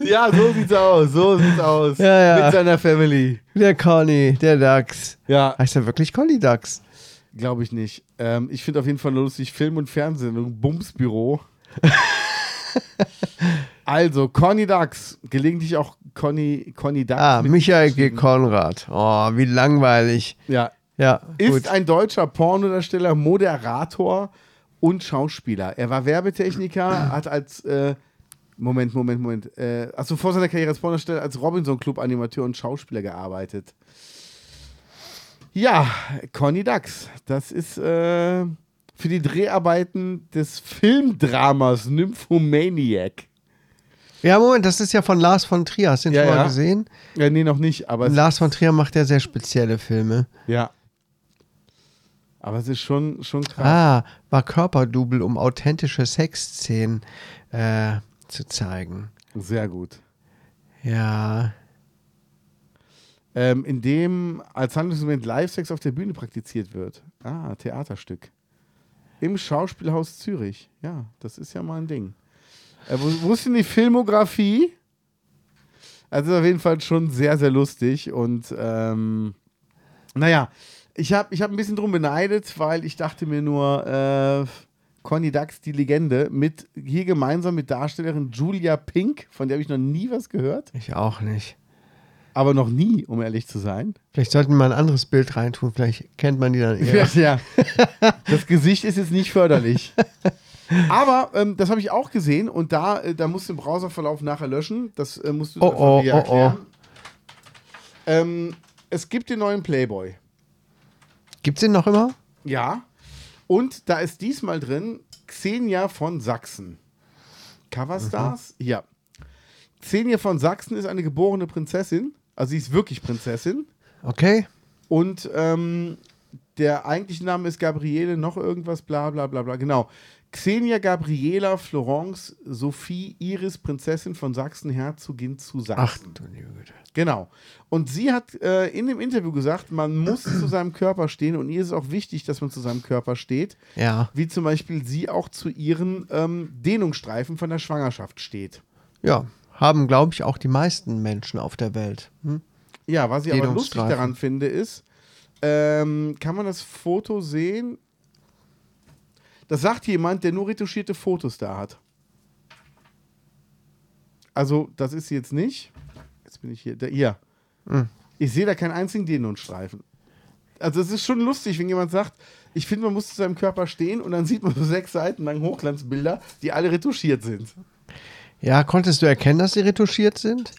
Speaker 3: Ja, so sieht's aus. So sieht's aus.
Speaker 2: Ja, ja.
Speaker 3: Mit seiner Family.
Speaker 2: Der Conny, der Dax.
Speaker 3: Ja.
Speaker 2: Heißt er wirklich Conny Dax?
Speaker 3: Glaube ich nicht. Ähm, ich finde auf jeden Fall nur lustig Film und Fernsehen, Bumsbüro. also, Conny Dax, gelegentlich auch Conny, Conny Dax.
Speaker 2: Ah,
Speaker 3: mit-
Speaker 2: Michael G. Konrad. Oh, wie langweilig.
Speaker 3: ja.
Speaker 2: Ja,
Speaker 3: Ist
Speaker 2: gut.
Speaker 3: ein deutscher Pornodarsteller, Moderator und Schauspieler. Er war Werbetechniker, hat als äh, Moment, Moment, Moment. Äh, also vor seiner Karriere als Pornodarsteller als Robinson Club Animateur und Schauspieler gearbeitet. Ja, Conny Dax. Das ist äh, für die Dreharbeiten des Filmdramas Nymphomaniac.
Speaker 2: Ja, Moment, das ist ja von Lars von Trier. Hast du den
Speaker 3: Ja,
Speaker 2: schon mal
Speaker 3: ja.
Speaker 2: gesehen?
Speaker 3: Ja, Äh, nee, noch nicht, aber es,
Speaker 2: Lars von Trier macht ja sehr spezielle Filme.
Speaker 3: ja. Aber es ist schon, schon krass.
Speaker 2: Ah, war Körperdouble, um authentische Sexszenen äh, zu zeigen.
Speaker 3: Sehr gut.
Speaker 2: Ja,
Speaker 3: ähm, in dem als Handlungsinstrument Live-Sex auf der Bühne praktiziert wird. Ah, Theaterstück. Im Schauspielhaus Zürich. Ja, das ist ja mal ein Ding. Äh, wo, wo ist denn die Filmografie? Also ist auf jeden Fall schon sehr, sehr lustig. Und ähm, naja, ich habe ich hab ein bisschen drum beneidet, weil ich dachte mir nur, äh, Conny Dax, die Legende, mit hier gemeinsam mit Darstellerin Julia Pink, von der habe ich noch nie was gehört,
Speaker 2: ich auch nicht.
Speaker 3: aber noch nie, um ehrlich zu sein.
Speaker 2: Vielleicht sollten wir mal ein anderes Bild reintun. Vielleicht kennt man die dann eher.
Speaker 3: Ja. ja. Das Gesicht ist jetzt nicht förderlich. Aber ähm, das habe ich auch gesehen und da, äh, da musst du den Browserverlauf nachher löschen. Das äh, musst du
Speaker 2: Oh,
Speaker 3: der
Speaker 2: oh,
Speaker 3: Familie
Speaker 2: oh,
Speaker 3: erklären. Ähm, es gibt den neuen Playboy.
Speaker 2: Gibt's den noch immer?
Speaker 3: Ja. Und da ist diesmal drin Xenia von Sachsen. Coverstars?
Speaker 2: Mhm.
Speaker 3: Ja. Xenia von Sachsen ist eine geborene Prinzessin. Also sie ist wirklich Prinzessin.
Speaker 2: Okay.
Speaker 3: Und ähm, der eigentliche Name ist Gabriele, noch irgendwas, bla bla bla bla. Genau. Xenia Gabriela Florence Sophie Iris, Prinzessin von Sachsen, Herzogin zu
Speaker 2: Ach
Speaker 3: Sachsen.
Speaker 2: du liebe Güte.
Speaker 3: Genau. Und sie hat äh, in dem Interview gesagt, man muss zu seinem Körper stehen und ihr ist auch wichtig, dass man zu seinem Körper steht.
Speaker 2: Ja.
Speaker 3: Wie zum Beispiel sie auch zu ihren ähm, Dehnungsstreifen von der Schwangerschaft steht.
Speaker 2: Ja. Haben, glaube ich, auch die meisten Menschen auf der Welt. Hm?
Speaker 3: Ja, was ich aber lustig
Speaker 2: Dehnungsstreifen.
Speaker 3: daran finde, ist, ähm, kann man das Foto sehen? Das sagt jemand, der nur retuschierte Fotos da hat. Also, das ist sie jetzt nicht. Jetzt bin ich hier. Da, hier. Ich sehe da keinen einzigen Dehnungsstreifen. Also, es ist schon lustig, wenn jemand sagt, ich finde, man muss zu seinem Körper stehen und dann sieht man so sechs Seiten lang Hochglanzbilder, die alle retuschiert sind.
Speaker 2: Ja, konntest du erkennen, dass sie retuschiert sind?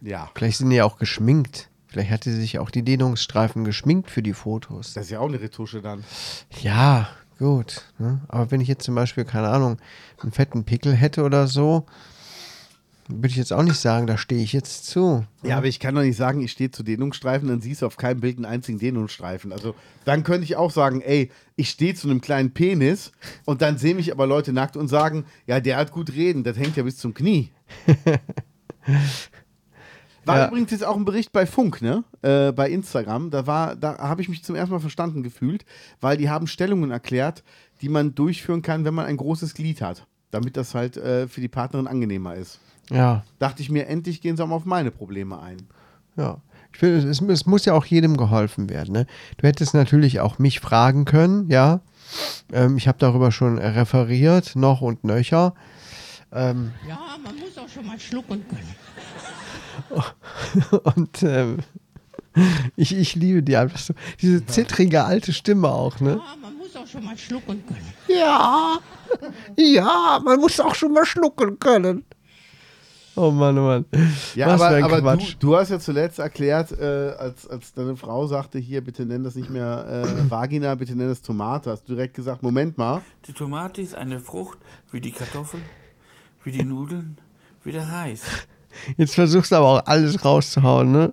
Speaker 3: Ja.
Speaker 2: Vielleicht sind die ja auch geschminkt. Vielleicht hat sie sich auch die Dehnungsstreifen geschminkt für die Fotos.
Speaker 3: Das ist ja auch eine Retusche dann.
Speaker 2: Ja, gut. Ne? Aber wenn ich jetzt zum Beispiel, keine Ahnung, einen fetten Pickel hätte oder so, Würde ich jetzt auch nicht sagen, da stehe ich jetzt zu.
Speaker 3: Ja, aber ich kann doch nicht sagen, ich stehe zu Dehnungsstreifen, dann siehst du auf keinem Bild einen einzigen Dehnungsstreifen. Also dann könnte ich auch sagen, ey, ich stehe zu einem kleinen Penis und dann sehen mich aber Leute nackt und sagen, ja, der hat gut reden, das hängt ja bis zum Knie. War
Speaker 2: Ja.
Speaker 3: übrigens jetzt auch ein Bericht bei Funk, ne? Äh, bei Instagram. Da war, da habe ich mich zum ersten Mal verstanden gefühlt, weil die haben Stellungen erklärt, die man durchführen kann, wenn man ein großes Glied hat, damit das halt äh, für die Partnerin angenehmer ist.
Speaker 2: Ja,
Speaker 3: Dachte ich mir, endlich gehen sie auch mal auf meine Probleme ein.
Speaker 2: ja. Ich finde, es, es muss ja auch jedem geholfen werden. Ne? Du hättest natürlich auch mich fragen können, ja. Ähm, ich habe darüber schon referiert, noch und nöcher.
Speaker 8: Ja, man muss auch schon mal schlucken können.
Speaker 2: Und ähm, ich, ich liebe die einfach so. Diese zittrige alte Stimme auch, ne?
Speaker 8: Ja, man muss auch schon mal schlucken können.
Speaker 2: Ja, ja, man muss auch schon mal schlucken können. Oh Mann, oh Mann.
Speaker 3: Ja,
Speaker 2: Was für ein
Speaker 3: aber, aber du,
Speaker 2: Quatsch.
Speaker 3: du hast ja zuletzt erklärt, äh, als, als deine Frau sagte, hier, bitte nenn das nicht mehr äh, Vagina, bitte nenn das Tomate, hast du direkt gesagt, Moment mal.
Speaker 9: Die Tomate ist eine Frucht wie die Kartoffel, wie die Nudeln, wie der Reis.
Speaker 2: Jetzt versuchst du aber auch alles rauszuhauen, ne?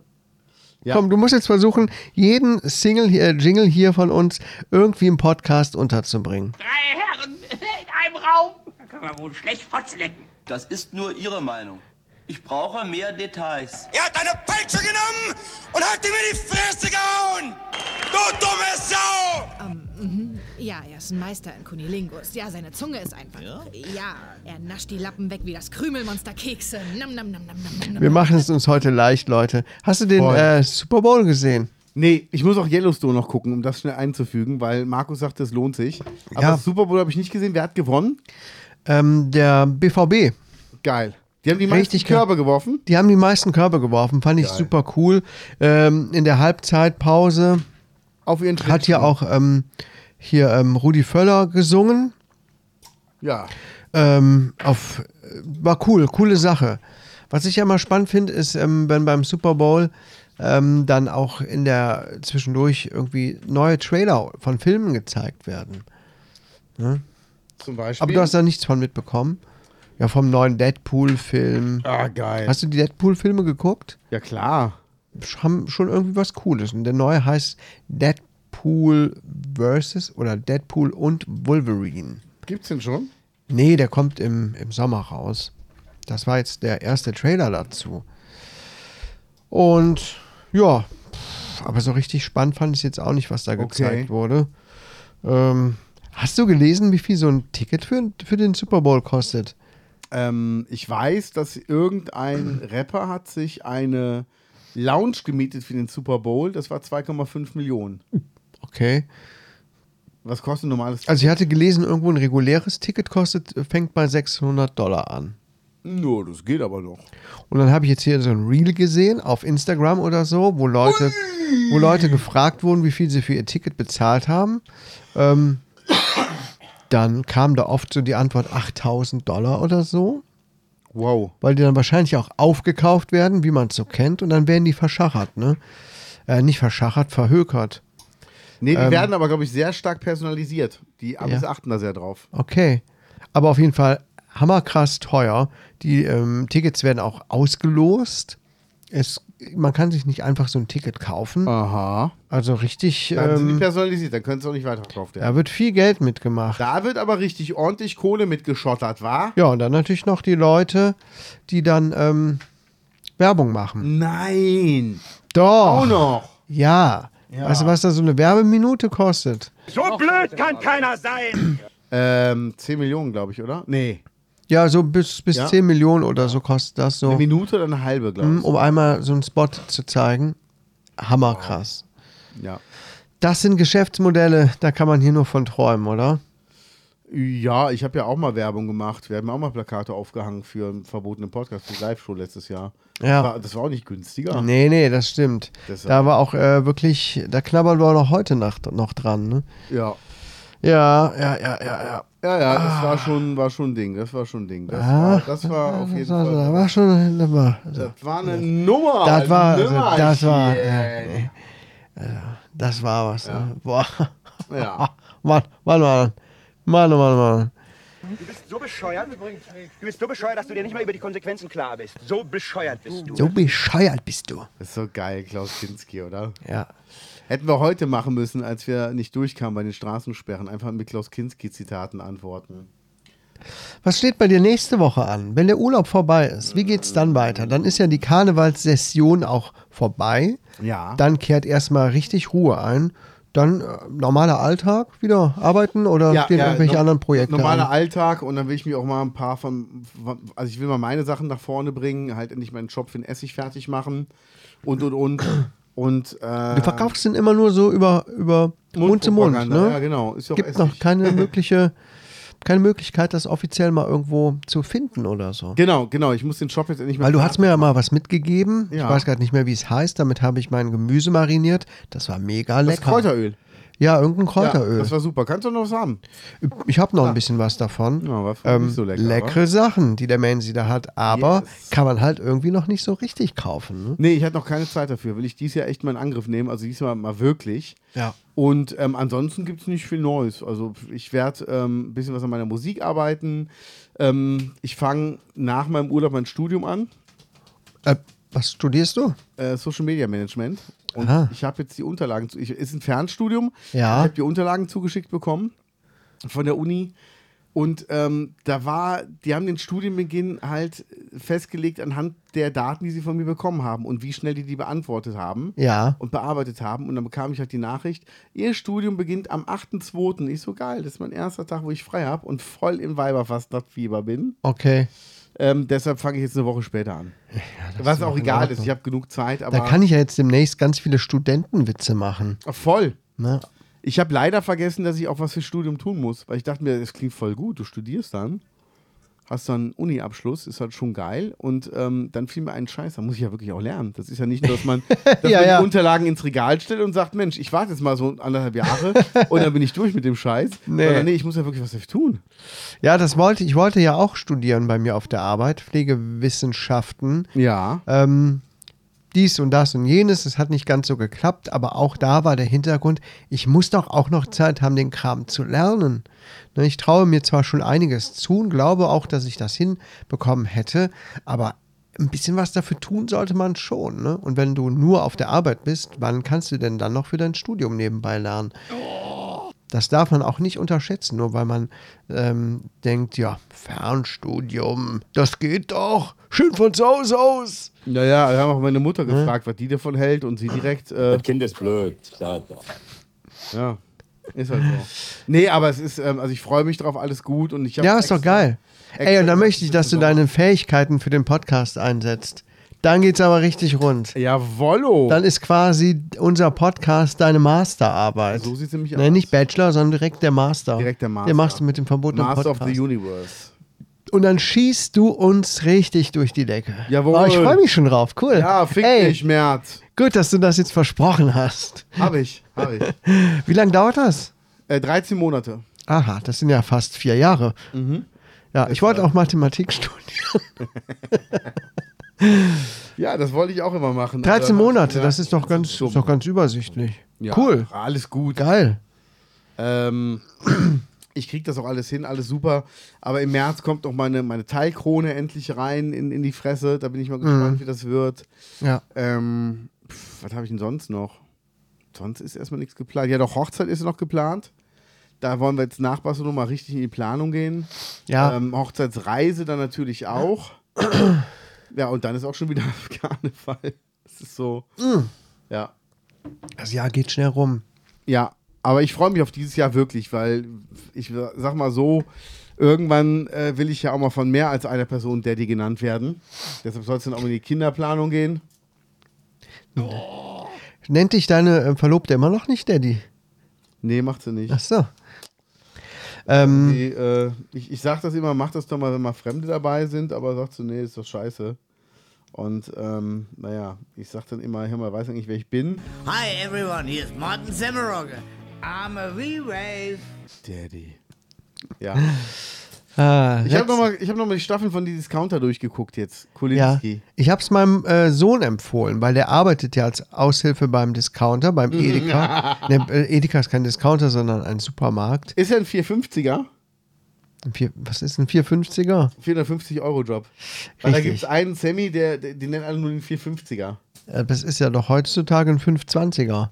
Speaker 3: Ja.
Speaker 2: Komm, du musst jetzt versuchen, jeden Single, hier- äh, Jingle hier von uns irgendwie im Podcast unterzubringen.
Speaker 8: Drei Herren in einem Raum. Da kann man wohl schlecht Fotz lecken.
Speaker 10: Das ist nur Ihre Meinung. Ich brauche mehr Details.
Speaker 9: Er hat eine Peitsche genommen und hat ihm in die Fresse gehauen! Du dumme Sau!
Speaker 11: Ja, er ist ein Meister in Kunilingus. Ja, seine Zunge ist einfach. Ja? er nascht die Lappen weg wie das Krümelmonster Kekse. Nam, nam, nam, nam, nam, nam, nam.
Speaker 2: Wir machen es uns heute leicht, Leute. Hast du den
Speaker 3: Voll.
Speaker 2: äh, Super Bowl gesehen?
Speaker 3: Nee, ich muss auch Yellowstone noch gucken, um das schnell einzufügen, weil Markus sagte, es lohnt sich. Aber
Speaker 2: Ja.
Speaker 3: das Super Bowl habe ich nicht gesehen, wer hat gewonnen?
Speaker 2: Ähm, der BVB.
Speaker 3: Geil. Die haben die meisten
Speaker 2: Richtig geil.
Speaker 3: Körbe geworfen.
Speaker 2: Die haben die meisten Körbe geworfen, fand ich super cool. Ähm, in der Halbzeitpause
Speaker 3: Auf ihren
Speaker 2: hat ja auch ähm, hier ähm, Rudi Völler gesungen.
Speaker 3: Ja.
Speaker 2: Ähm, auf, äh, war cool, coole Sache. Was ich ja immer spannend finde, ist, ähm, wenn beim Super Bowl ähm, dann auch in der zwischendurch irgendwie neue Trailer von Filmen gezeigt werden. Ne?
Speaker 3: Zum Beispiel.
Speaker 2: Aber du hast da nichts von mitbekommen. Ja, vom neuen Deadpool-Film.
Speaker 3: ah, geil.
Speaker 2: Hast du die Deadpool-Filme geguckt?
Speaker 3: ja, klar.
Speaker 2: Haben schon irgendwie was Cooles. Und der neue heißt Deadpool versus oder Deadpool und Wolverine.
Speaker 3: Gibt's den schon?
Speaker 2: Nee, der kommt im, im Sommer raus. Das war jetzt der erste Trailer dazu. Und ja, pff, aber so richtig spannend fand ich jetzt auch nicht, was da gezeigt wurde. Ähm, hast du gelesen, wie viel so ein Ticket für, für den Super Bowl kostet?
Speaker 3: Ähm, ich weiß, dass irgendein Rapper hat sich eine Lounge gemietet für den Super Bowl. Das war 2,5 Millionen.
Speaker 2: Okay.
Speaker 3: Was kostet ein normales
Speaker 2: Also ich hatte gelesen, irgendwo ein reguläres Ticket kostet, fängt bei 600 Dollar an.
Speaker 3: Nur, das geht aber noch.
Speaker 2: Und dann habe ich jetzt hier so ein Reel gesehen auf Instagram oder so, wo Leute, wo Leute gefragt wurden, wie viel sie für ihr Ticket bezahlt haben. Ähm, dann kam da oft so die Antwort 8000 Dollar oder so,
Speaker 3: Wow.
Speaker 2: weil die dann wahrscheinlich auch aufgekauft werden, wie man es so kennt, und dann werden die verschachert, ne? Äh, nicht verschachert, verhökert.
Speaker 3: Nee, die
Speaker 2: Ähm,
Speaker 3: werden aber, glaube ich, sehr stark personalisiert. Die Amis achten da sehr drauf.
Speaker 2: Okay. Aber auf jeden Fall hammerkrass teuer. Die ähm, Tickets werden auch ausgelost. Es, man kann sich nicht einfach so ein Ticket kaufen.
Speaker 3: Aha.
Speaker 2: Also richtig,
Speaker 3: Dann sind die
Speaker 2: ähm,
Speaker 3: personalisiert, dann können sie auch nicht weiter verkauft werden.
Speaker 2: da wird viel Geld mitgemacht.
Speaker 3: Da wird aber richtig ordentlich Kohle mitgeschottert, war?
Speaker 2: Ja, und dann natürlich noch die Leute, die dann ähm, Werbung machen.
Speaker 3: Nein.
Speaker 2: Doch.
Speaker 3: Mhm. Auch noch.
Speaker 2: Ja. Weißt du, was da so eine Werbeminute kostet?
Speaker 3: Ähm, 10 Millionen, glaube ich, oder? Nee.
Speaker 2: Ja, so bis, bis
Speaker 3: Ja.
Speaker 2: 10 Millionen oder so kostet das so,
Speaker 3: Eine Minute oder eine halbe, glaube ich.
Speaker 2: um einmal so einen Spot zu zeigen. Hammerkrass.
Speaker 3: Ja.
Speaker 2: Das sind Geschäftsmodelle, da kann man hier nur von träumen, oder?
Speaker 3: Ja, ich habe ja auch mal Werbung gemacht. Wir haben auch mal Plakate aufgehangen für einen verbotenen Podcast, die Live-Show letztes Jahr.
Speaker 2: Ja.
Speaker 3: War, das war auch nicht günstiger.
Speaker 2: Nee, nee, das stimmt.
Speaker 3: Deshalb.
Speaker 2: Da war auch äh, wirklich, da knabbern wir noch heute Nacht noch dran. Ne?
Speaker 3: Ja.
Speaker 2: Ja, ja, ja, ja, ja.
Speaker 3: Ja, ja, das war schon, war schon ein Ding. Das war schon ein Ding. Das, war, das war auf jeden
Speaker 2: Ah. Das war, das
Speaker 3: Fall.
Speaker 2: war schon das war, das
Speaker 3: Das war eine Nummer.
Speaker 2: das war, also
Speaker 3: ein
Speaker 2: das war,
Speaker 3: Nimmerchen.
Speaker 2: äh, äh, das war was. Ne? Boah,
Speaker 3: Ja.
Speaker 2: Mann, Mann, Mann, Mann, Mann, Mann.
Speaker 12: Du bist so bescheuert. Du bist so bescheuert, dass du dir nicht mal über die Konsequenzen klar bist. So bescheuert bist du.
Speaker 2: So bescheuert bist du.
Speaker 3: Das ist so geil, Klaus Kinski, oder?
Speaker 2: Ja.
Speaker 3: Hätten wir heute machen müssen, als wir nicht durchkamen bei den Straßensperren, einfach mit Klaus Kinski-Zitaten antworten.
Speaker 2: Was steht bei dir nächste Woche an? Wenn der Urlaub vorbei ist, wie geht's dann weiter? Dann ist ja die Karnevalssession auch vorbei.
Speaker 3: Ja.
Speaker 2: Dann kehrt erstmal richtig Ruhe ein. Dann äh, normaler Alltag wieder arbeiten oder stehen irgendwelche
Speaker 3: no-
Speaker 2: anderen Projekte
Speaker 3: Normaler
Speaker 2: an?
Speaker 3: Alltag und dann will ich mir auch mal ein paar von, von- also ich will mal meine Sachen nach vorne bringen, halt endlich meinen Job für den Essig fertig machen und und und. und äh,
Speaker 2: Du verkaufst den immer nur so über, über Mund zu Mund.
Speaker 3: Mundpropaganda,
Speaker 2: Ne?
Speaker 3: ja, genau. Ist ja auch
Speaker 2: Gibt noch
Speaker 3: Essig.
Speaker 2: keine mögliche, keine Möglichkeit, das offiziell mal irgendwo zu finden oder so.
Speaker 3: Genau, genau. Ich muss den Shop jetzt endlich mal.
Speaker 2: Weil du hast mir ja mal was mitgegeben.
Speaker 3: Ja.
Speaker 2: Ich weiß gerade nicht mehr, wie es heißt. Damit habe ich mein Gemüse mariniert. Das war mega lecker.
Speaker 3: Kräuteröl.
Speaker 2: Ja, irgendein Kräuteröl.
Speaker 3: Ja, das war super. Kannst du noch was haben?
Speaker 2: ich habe noch ein bisschen was davon.
Speaker 3: Ja, war
Speaker 2: ähm,
Speaker 3: nicht so lecker,
Speaker 2: leckere
Speaker 3: wa?
Speaker 2: Sachen, die der Mansi da hat. Aber kann man halt irgendwie noch nicht so richtig kaufen. Ne?
Speaker 3: Nee, ich hatte noch keine Zeit dafür. Will ich dieses Jahr echt mal in Angriff nehmen? Also diesmal mal wirklich.
Speaker 2: Ja.
Speaker 3: Und ähm, ansonsten gibt es nicht viel Neues. Also ich werde ähm, ein bisschen was an meiner Musik arbeiten. Ähm, ich fange nach meinem Urlaub mein Studium an.
Speaker 2: Äh, was studierst du?
Speaker 3: Äh, Social Media Management. Und
Speaker 2: Aha.
Speaker 3: ich habe jetzt die Unterlagen. Zu, ich, ist ein Fernstudium.
Speaker 2: Ja.
Speaker 3: Ich habe die Unterlagen zugeschickt bekommen von der Uni. Und ähm, da war, die haben den Studienbeginn halt festgelegt anhand der Daten, die sie von mir bekommen haben und wie schnell die die beantwortet haben
Speaker 2: Ja.
Speaker 3: und bearbeitet haben. Und dann bekam ich halt die Nachricht, ihr Studium beginnt am 8.2. Ich so geil, das ist mein erster Tag, wo ich frei habe und voll im Weiberfastnachtfieber bin.
Speaker 2: Okay.
Speaker 3: Ähm, deshalb fange ich jetzt eine Woche später an.
Speaker 2: das
Speaker 3: Was
Speaker 2: ist
Speaker 3: auch
Speaker 2: auch in
Speaker 3: egal
Speaker 2: Ordnung.
Speaker 3: ist, ich habe genug Zeit, aber
Speaker 2: da kann ich ja jetzt demnächst ganz viele Studentenwitze machen.
Speaker 3: Ach, voll.
Speaker 2: Ne?
Speaker 3: Ich habe leider vergessen, dass ich auch was fürs Studium tun muss, weil ich dachte mir, das klingt voll gut, du studierst dann, hast dann einen Uni-Abschluss, ist halt schon geil und ähm, dann fiel mir ein Scheiß, da muss ich ja wirklich auch lernen. Das ist ja nicht, dass man, dass
Speaker 2: Ja,
Speaker 3: man
Speaker 2: ja.
Speaker 3: die Unterlagen ins Regal stellt und sagt, Mensch, ich warte jetzt mal so anderthalb Jahre und dann bin ich durch mit dem Scheiß.
Speaker 2: Nee.
Speaker 3: Sondern nee, ich muss ja wirklich was dafür tun.
Speaker 2: Ja, das wollte ich wollte ja auch studieren bei mir auf der Arbeit, Pflegewissenschaften.
Speaker 3: Ja.
Speaker 2: Ähm, dies und das und jenes, es hat nicht ganz so geklappt, aber auch da war der Hintergrund, ich muss doch auch noch Zeit haben, den Kram zu lernen. Ne, ich traue mir zwar schon einiges zu und glaube auch, dass ich das hinbekommen hätte, aber ein bisschen was dafür tun sollte man schon. Ne? Und wenn du nur auf der Arbeit bist, wann kannst du denn dann noch für dein Studium nebenbei lernen? Das darf man auch nicht unterschätzen, nur weil man ähm, denkt, ja, Fernstudium, das geht doch, schön von zu Hause aus.
Speaker 3: Naja, wir haben auch meine Mutter
Speaker 2: Hm?
Speaker 3: gefragt, was die davon hält und sie direkt. Äh,
Speaker 5: Das Kind ist blöd. Da, da.
Speaker 3: Ja, ist halt so. Nee, aber es ist, ähm, also ich freue mich drauf, alles gut und ich hab
Speaker 2: Ja, ist doch
Speaker 3: extra-
Speaker 2: geil. Ey, und dann möchte ich, dass du deine Fähigkeiten für den Podcast einsetzt. Dann geht's aber richtig rund.
Speaker 3: Jawollo.
Speaker 2: Dann ist quasi unser Podcast deine Masterarbeit.
Speaker 3: So sieht's nämlich
Speaker 2: Nein,
Speaker 3: aus.
Speaker 2: nicht Bachelor, sondern direkt der Master.
Speaker 3: Direkt der Master.
Speaker 2: Der Master mit dem verbotenen
Speaker 3: Master
Speaker 2: Podcast.
Speaker 3: of the Universe.
Speaker 2: und dann schießt du uns richtig durch die Decke.
Speaker 3: Jawohl.
Speaker 2: Oh, ich freue mich schon drauf. Cool.
Speaker 3: Ja, fick
Speaker 2: Ey,
Speaker 3: dich, Merz.
Speaker 2: Gut, dass du das jetzt versprochen hast.
Speaker 3: Hab ich, hab ich.
Speaker 2: Wie lange dauert das?
Speaker 3: Äh, 13 Monate.
Speaker 2: Aha, das sind ja fast vier Jahre.
Speaker 3: Mhm.
Speaker 2: Ja, ich wollte auch Mathematik studieren.
Speaker 3: Ja, das wollte ich auch immer machen.
Speaker 2: 13
Speaker 3: aber-
Speaker 2: Monate,
Speaker 3: Ja.
Speaker 2: das ist doch ganz, ist doch ganz übersichtlich.
Speaker 3: Ja,
Speaker 2: Cool,
Speaker 3: Alles gut.
Speaker 2: geil.
Speaker 3: Ähm, ich krieg das auch alles hin, alles super. Aber im März kommt noch meine, meine Teilkrone endlich rein in, in die Fresse. Da bin ich mal gespannt, wie das wird.
Speaker 2: Ja.
Speaker 3: Ähm, pf, was habe ich denn sonst noch? Sonst ist erstmal nichts geplant. Ja, doch, Hochzeit ist noch geplant. Da wollen wir jetzt nach Barcelona mal richtig in die Planung gehen.
Speaker 2: Ja.
Speaker 3: Ähm, Hochzeitsreise dann natürlich auch. ja, und dann ist auch schon wieder Karneval. Das ist so. Ja.
Speaker 2: Das Jahr geht schnell rum.
Speaker 3: Ja, aber ich freue mich auf dieses Jahr wirklich, weil ich sag mal so, irgendwann äh, will ich ja auch mal von mehr als einer Person Daddy genannt werden. Deshalb soll es dann auch in die Kinderplanung gehen.
Speaker 2: Nennt dich deine äh, Verlobte immer noch nicht Daddy?
Speaker 3: Nee, macht sie nicht.
Speaker 2: Ach so. Ähm,
Speaker 3: Die, äh, ich, ich sag das immer, macht das doch mal, wenn mal Fremde dabei sind, aber sagt so, nee, ist doch scheiße. Und ähm, naja, ich sag dann immer, hör mal, weiß eigentlich, wer ich bin.
Speaker 7: Hi everyone, here's Martin Semmerogge. I'm a V-Wave.
Speaker 3: Daddy. Ja.
Speaker 2: ah,
Speaker 3: Ich habe
Speaker 2: letzt-
Speaker 3: nochmal hab noch mal die Staffeln von die Discounter durchgeguckt jetzt.
Speaker 2: ja,
Speaker 3: Kulinski.
Speaker 2: ich habe es meinem äh, Sohn empfohlen, weil der arbeitet ja als Aushilfe beim Discounter,
Speaker 3: Mhm.
Speaker 2: beim Edeka. ne, äh, Edeka ist kein Discounter, sondern ein Supermarkt.
Speaker 3: Ist er ein 450er?
Speaker 2: Ein Vier, was ist ein 450er?
Speaker 3: 450 Euro Job. Weil da
Speaker 2: Richtig.
Speaker 3: gibt es einen Sammy, der, der, die nennen alle nur den 450er.
Speaker 2: Äh, Das ist ja doch heutzutage ein 520er.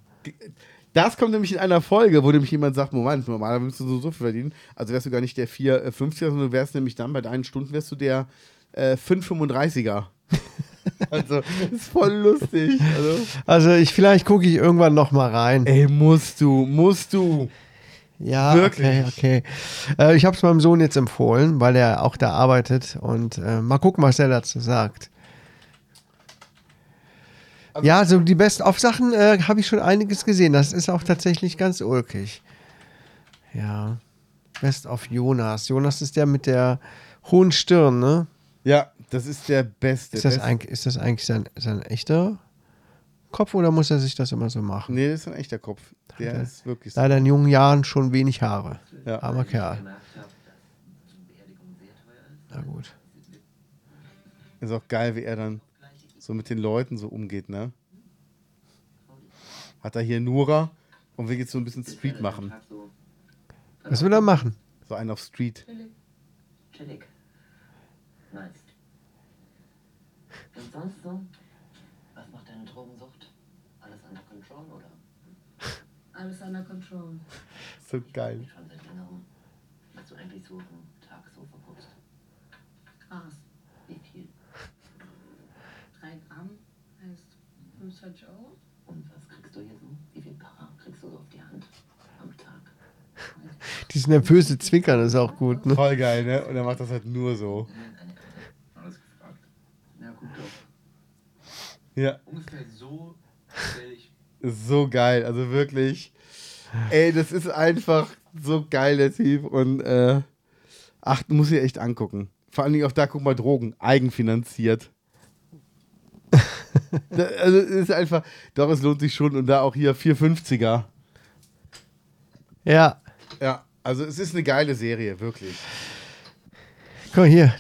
Speaker 3: Das kommt nämlich in einer Folge, wo nämlich jemand sagt, Moment, normalerweise müsstest du so, so viel verdienen. Also wärst du gar nicht der 450er, sondern du wärst nämlich dann bei deinen Stunden wärst du der äh, 535er. also, ist voll lustig. Also,
Speaker 2: Also ich vielleicht gucke ich irgendwann noch mal rein.
Speaker 3: Ey, musst du, musst du.
Speaker 2: Ja,
Speaker 3: Wirklich.
Speaker 2: okay, okay. Äh, ich habe es meinem Sohn jetzt empfohlen, weil er auch da arbeitet und äh, mal gucken, was er dazu sagt.
Speaker 3: Also
Speaker 2: ja, so die Best-of-Sachen äh, habe ich schon einiges gesehen. Das ist auch tatsächlich ganz ulkig. Ja. Best-of Jonas. Jonas ist der mit der hohen Stirn, ne?
Speaker 3: ja, das ist der Beste.
Speaker 2: Ist das,
Speaker 3: Beste-
Speaker 2: eigentlich, ist das eigentlich sein, sein echter Kopf oder muss er sich das immer so machen?
Speaker 3: Nee, das ist ein echter Kopf. Der
Speaker 2: Hat er
Speaker 3: ist wirklich so.
Speaker 2: Leider in jungen Jahren schon wenig Haare.
Speaker 3: Ja.
Speaker 2: Armer Kerl. Na gut.
Speaker 3: Ist auch geil, wie er dann so mit den Leuten so umgeht, ne? Hat er hier Nora und will jetzt so ein bisschen Street machen.
Speaker 2: Was will er machen?
Speaker 3: So einen auf Street.
Speaker 13: Chillig. Nice. Und sonst so? Was macht deine Drogensucht? Alles under control, oder? Alles under control.
Speaker 3: So geil.
Speaker 13: Schon seit längerem. Was du eigentlich so am Tag so verputzt. Krass. Wie viel? Drei Gramm heißt 25 Euro. Und was kriegst du hier so? Wie viel Para kriegst du so auf die Hand am Tag?
Speaker 2: Dieses nervöse Zwinkern ist auch gut, ne?
Speaker 3: Voll geil, ne? Und er macht das halt nur so.
Speaker 13: Alles gefragt. Na gut doch.
Speaker 3: Ja.
Speaker 13: Ungefähr so stelle ich
Speaker 3: Ist so geil, also wirklich. Ey, das ist einfach so geil, der Typ. Und äh, ach, muss ich echt angucken. Vor allen Dingen auch da, guck mal, Drogen, eigenfinanziert. da, also es ist einfach, doch, es lohnt sich schon. Und da auch hier 450er.
Speaker 2: Ja.
Speaker 3: Ja, also es ist eine geile Serie, wirklich.
Speaker 2: Guck mal hier.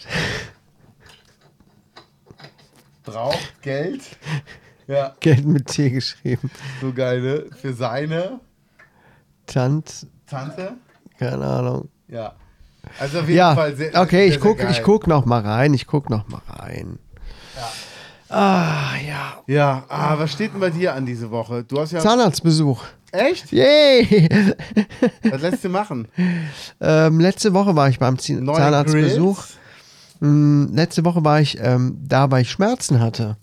Speaker 3: Braucht Geld. Ja,
Speaker 2: Geld mit T geschrieben.
Speaker 3: so geil, ne? Für seine
Speaker 2: Tanz.
Speaker 3: Tante.
Speaker 2: Keine Ahnung.
Speaker 3: Ja. Also auf jeden
Speaker 2: Ja.
Speaker 3: Fall sehr.
Speaker 2: okay,
Speaker 3: sehr,
Speaker 2: ich guck,
Speaker 3: sehr geil.
Speaker 2: ich guck noch mal rein. Ich guck noch mal rein. Ah, ja.
Speaker 3: Ja, ah, was steht denn bei dir an diese Woche? Du hast ja.
Speaker 2: Zahnarztbesuch.
Speaker 3: Echt?
Speaker 2: Yay!
Speaker 3: Was lässt du machen?
Speaker 2: Ähm, letzte Woche war ich beim Zin-
Speaker 3: Neue
Speaker 2: Zahnarztbesuch. Mm, letzte Woche war ich ähm, da, weil ich Schmerzen hatte.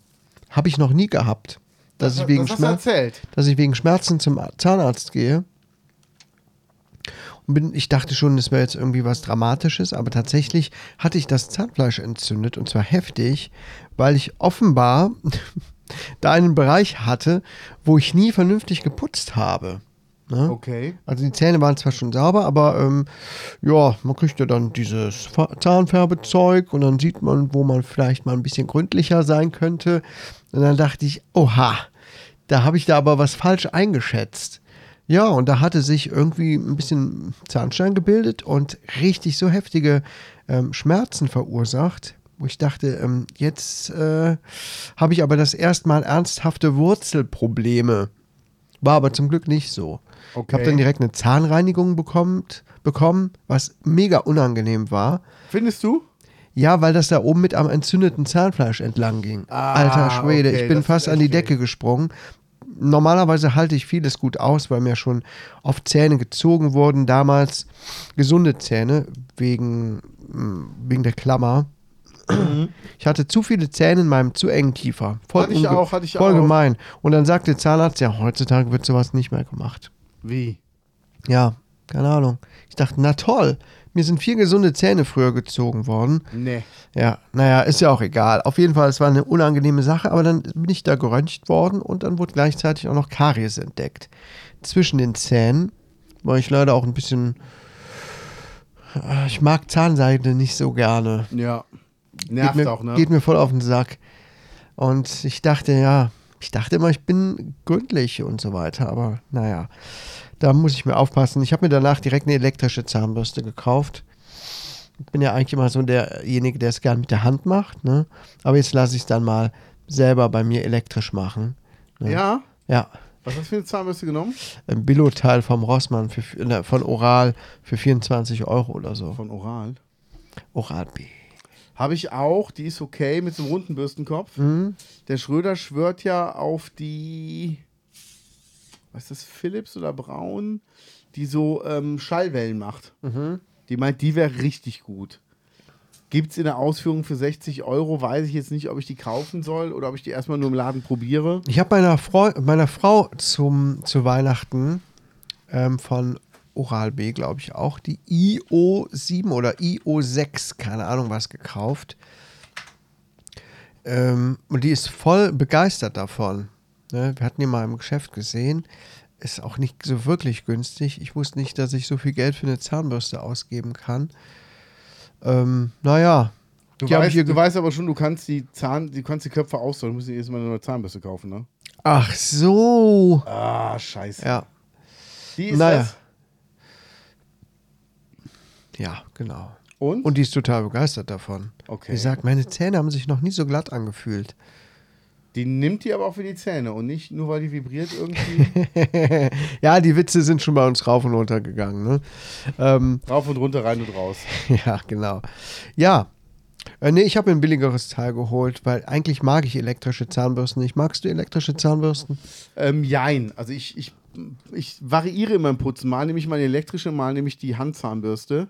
Speaker 2: Habe ich noch nie gehabt. Dass
Speaker 3: Das-
Speaker 2: ich wegen
Speaker 3: das hast du
Speaker 2: Schmerz-
Speaker 3: erzählt.
Speaker 2: Dass ich wegen Schmerzen zum A- Zahnarzt gehe. Und bin, ich dachte schon, das wäre jetzt irgendwie was Dramatisches, aber tatsächlich hatte ich das Zahnfleisch entzündet und zwar heftig, weil ich offenbar da einen Bereich hatte, wo ich nie vernünftig geputzt habe. Ne?
Speaker 3: Okay.
Speaker 2: Also die Zähne waren zwar schon sauber, aber ähm, ja, man kriegt ja dann dieses Fa- Zahnfärbezeug und dann sieht man, wo man vielleicht mal ein bisschen gründlicher sein könnte. Und dann dachte ich, oha, da habe ich da aber was falsch eingeschätzt. Ja, und da hatte sich irgendwie ein bisschen Zahnstein gebildet und richtig so heftige ähm, Schmerzen verursacht, wo ich dachte, ähm, jetzt äh, habe ich aber das erstmal ernsthafte Wurzelprobleme. War aber zum Glück nicht so. Ich
Speaker 3: Okay.
Speaker 2: habe dann direkt eine Zahnreinigung bekommt, bekommen, was mega unangenehm war.
Speaker 3: Findest du?
Speaker 2: Ja, weil das da oben mit am entzündeten Zahnfleisch entlang ging.
Speaker 3: Ah,
Speaker 2: Alter Schwede,
Speaker 3: okay,
Speaker 2: ich bin
Speaker 3: das
Speaker 2: fast
Speaker 3: ist
Speaker 2: an die
Speaker 3: echt weh.
Speaker 2: Decke gesprungen. Normalerweise halte ich vieles gut aus, weil mir schon oft Zähne gezogen wurden, damals gesunde Zähne, wegen, mh, wegen der Klammer. Ich hatte zu viele Zähne in meinem zu engen Kiefer. Voll,
Speaker 3: Mhm. Hatte ich
Speaker 2: unge-
Speaker 3: auch, hatte ich
Speaker 2: voll
Speaker 3: auch.
Speaker 2: gemein. Und dann sagte der Zahnarzt, ja, heutzutage wird sowas nicht mehr gemacht.
Speaker 3: Wie?
Speaker 2: Ja, keine Ahnung. Ich dachte, na toll, mir sind vier gesunde Zähne früher gezogen worden.
Speaker 3: Nee.
Speaker 2: Ja, naja, ist ja auch egal. Auf jeden Fall, es war eine unangenehme Sache, aber dann bin ich da geröntgt worden und dann wurde gleichzeitig auch noch Karies entdeckt. Zwischen den Zähnen, weil ich leider auch ein bisschen. äh, Ich mag Zahnseide nicht so gerne.
Speaker 3: Ja. Nervt
Speaker 2: geht mir,
Speaker 3: auch, ne?
Speaker 2: Geht mir voll auf den Sack. Und ich dachte, ja, ich dachte immer, ich bin gründlich und so weiter, aber naja, da muss ich mir aufpassen. Ich habe mir danach direkt eine elektrische Zahnbürste gekauft. Ich bin ja eigentlich immer so derjenige, der es gern mit der Hand macht, ne? Aber jetzt lasse ich es dann mal selber bei mir elektrisch machen. Ne?
Speaker 3: Ja?
Speaker 2: Ja.
Speaker 3: Was hast du für eine Zahnbürste genommen?
Speaker 2: Ein Billo-Teil vom Rossmann für, ne, von Oral für 24 Euro oder so.
Speaker 3: Von Oral?
Speaker 2: Oral B.
Speaker 3: Habe ich auch, die ist okay mit so einem runden Bürstenkopf.
Speaker 2: Mhm.
Speaker 3: Der Schröder schwört ja auf die, was ist das, Philips oder Braun, die so ähm, Schallwellen macht. Die meint, die wäre richtig gut. Gibt es in der Ausführung für 60 Euro, weiß ich jetzt nicht, ob ich die kaufen soll oder ob ich die erstmal nur im Laden probiere.
Speaker 2: Ich habe meiner, Frau, meiner Frau zum, zu Weihnachten ähm, von Oral B, glaube ich, auch die IO7 oder IO6, keine Ahnung was, gekauft. Ähm, und die ist voll begeistert davon. Ne? Wir hatten die mal im Geschäft gesehen. Ist auch nicht so wirklich günstig. Ich wusste nicht, dass ich so viel Geld für eine Zahnbürste ausgeben kann. Ähm, naja.
Speaker 3: Du,
Speaker 2: Die hab ich
Speaker 3: weißt,
Speaker 2: ihr
Speaker 3: du weißt aber schon, du kannst die Zahn, du kannst die Köpfe aussortieren, du musst dir erstmal eine neue Zahnbürste kaufen, ne?
Speaker 2: Ach so.
Speaker 3: Ah, scheiße.
Speaker 2: Ja.
Speaker 3: Die ist
Speaker 2: Naja.
Speaker 3: das.
Speaker 2: Ja, genau.
Speaker 3: Und?
Speaker 2: die ist total begeistert davon.
Speaker 3: Okay.
Speaker 2: Die sagt, meine Zähne haben sich noch nie so glatt angefühlt.
Speaker 3: Die nimmt die aber auch für die Zähne und nicht nur, weil die vibriert irgendwie.
Speaker 2: ja, die Witze sind schon bei uns rauf und runter gegangen. Ne? Ähm,
Speaker 3: Rauf und runter, rein und raus.
Speaker 2: ja, genau. Ja. Äh, nee, ich habe mir ein billigeres Teil geholt, weil eigentlich mag ich elektrische Zahnbürsten nicht. Magst du elektrische Zahnbürsten?
Speaker 3: Ähm, jein. Also ich, ich, ich variiere in meinem Putzen. Mal nehme ich meine elektrische, mal nehme ich die Handzahnbürste.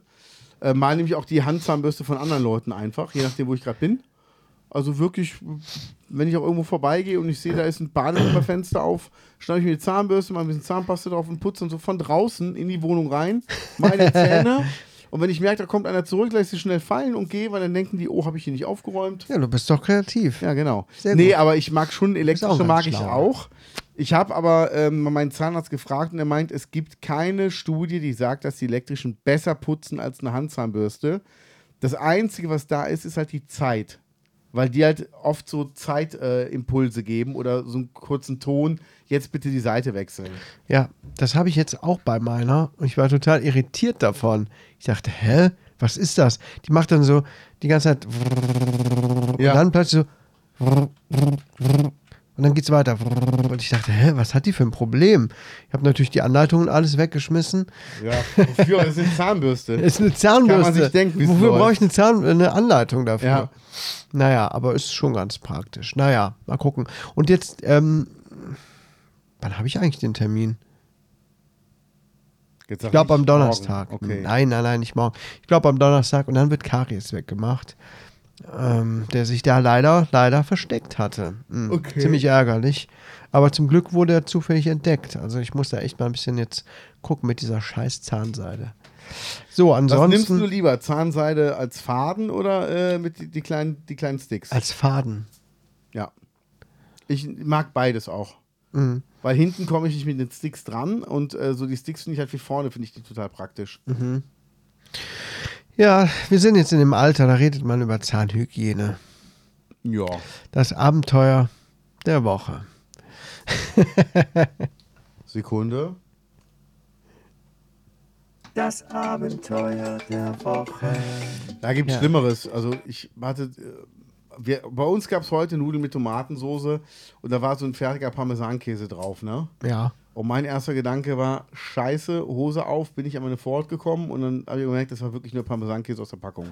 Speaker 3: Äh, mal nehme ich auch die Handzahnbürste von anderen Leuten einfach, je nachdem, wo ich gerade bin. Also wirklich, wenn ich auch irgendwo vorbeigehe und ich sehe, da ist ein Badezimmerfenster auf, schneide ich mir die Zahnbürste, mal ein bisschen Zahnpaste drauf und putze und so von draußen in die Wohnung rein, meine Zähne. Und wenn ich merke, da kommt einer zurück, lasse ich sie schnell fallen und gehe, weil dann denken die, oh, habe ich hier nicht aufgeräumt.
Speaker 2: Ja, du bist doch kreativ.
Speaker 3: Ja, genau.
Speaker 2: Sehr
Speaker 3: nee,
Speaker 2: gut.
Speaker 3: aber ich mag schon
Speaker 2: auch
Speaker 3: elektrische,
Speaker 2: ganz
Speaker 3: mag ich
Speaker 2: schlau.
Speaker 3: auch. Ich habe aber ähm, meinen Zahnarzt gefragt und er meint, es gibt keine Studie, die sagt, dass die elektrischen besser putzen als eine Handzahnbürste. Das Einzige, was da ist, ist halt die Zeit. Weil die halt oft so Zeitimpulse äh, Impulse geben oder so einen kurzen Ton, jetzt bitte die Seite wechseln.
Speaker 2: Ja, das habe ich jetzt auch bei meiner und ich war total irritiert davon. Ich dachte, hä? Was ist das? Die macht dann so die ganze Zeit
Speaker 3: Ja.
Speaker 2: und dann plötzlich so und dann geht's weiter. Und ich dachte, hä, was hat die für ein Problem? Ich habe natürlich die Anleitung und alles weggeschmissen.
Speaker 3: Ja, wofür? Das ist eine Zahnbürste.
Speaker 2: Das ist eine Zahnbürste.
Speaker 3: Kann man sich denken, wie es
Speaker 2: Wofür
Speaker 3: läuft.
Speaker 2: brauche ich eine, Zahn eine Anleitung dafür?
Speaker 3: Ja.
Speaker 2: Naja, aber ist schon ganz praktisch. Naja, mal gucken. Und jetzt, ähm, wann habe ich eigentlich den Termin?
Speaker 3: Jetzt
Speaker 2: Ich
Speaker 3: sag
Speaker 2: glaube am
Speaker 3: nicht morgen.
Speaker 2: Donnerstag.
Speaker 3: Okay.
Speaker 2: Nein, nein, nein, nicht morgen. Ich glaube am Donnerstag und dann wird Karies weggemacht, ähm, der sich da leider, leider versteckt hatte. Mhm.
Speaker 3: Okay.
Speaker 2: Ziemlich ärgerlich. Aber zum Glück wurde er zufällig entdeckt. Also ich muss da echt mal ein bisschen jetzt gucken mit dieser scheiß Zahnseide. So,
Speaker 3: Was nimmst du
Speaker 2: ansonsten
Speaker 3: lieber? Zahnseide als Faden oder äh, mit die, die, kleinen, die kleinen Sticks?
Speaker 2: als Faden.
Speaker 3: Ja. Ich mag beides auch.
Speaker 2: Mhm.
Speaker 3: Weil hinten komme ich nicht mit den Sticks dran und äh, so die Sticks finde ich halt wie vorne, finde ich die total praktisch.
Speaker 2: Mhm. Ja, wir sind jetzt in dem Alter, da redet man über Zahnhygiene.
Speaker 3: Ja.
Speaker 2: Das Abenteuer der Woche.
Speaker 3: Sekunde.
Speaker 9: Das Abenteuer der Woche.
Speaker 3: Da gibt es
Speaker 9: Ja.
Speaker 3: Schlimmeres. Also ich hatte, äh, wir, bei uns gab es heute Nudeln mit Tomatensoße und da war so ein fertiger Parmesankäse drauf, ne?
Speaker 2: Ja.
Speaker 3: Und mein erster Gedanke war, scheiße, Hose auf, bin ich an meine Vorort gekommen und dann habe ich gemerkt, das war wirklich nur Parmesankäse aus der Packung.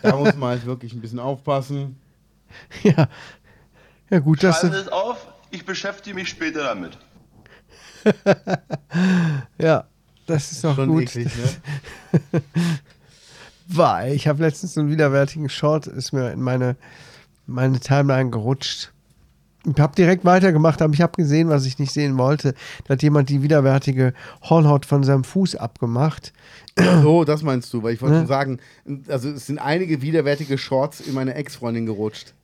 Speaker 3: da muss man halt wirklich ein bisschen aufpassen.
Speaker 2: Ja. Ja, gut, dass
Speaker 10: Schreibe
Speaker 2: du.
Speaker 10: es auf, ich beschäftige mich später damit.
Speaker 2: ja, das ist doch
Speaker 3: Schon
Speaker 2: gut.
Speaker 3: eklig,
Speaker 2: ne? Weil ich habe letztens so einen widerwärtigen Short, ist mir in meine, meine Timeline gerutscht. Ich habe direkt weitergemacht, aber ich habe gesehen, was ich nicht sehen wollte. Da hat jemand die widerwärtige Hornhaut von seinem Fuß abgemacht.
Speaker 3: So, das meinst du, weil ich wollte
Speaker 2: Ne?
Speaker 3: schon sagen, also es sind einige widerwärtige Shorts in meine Ex-Freundin gerutscht.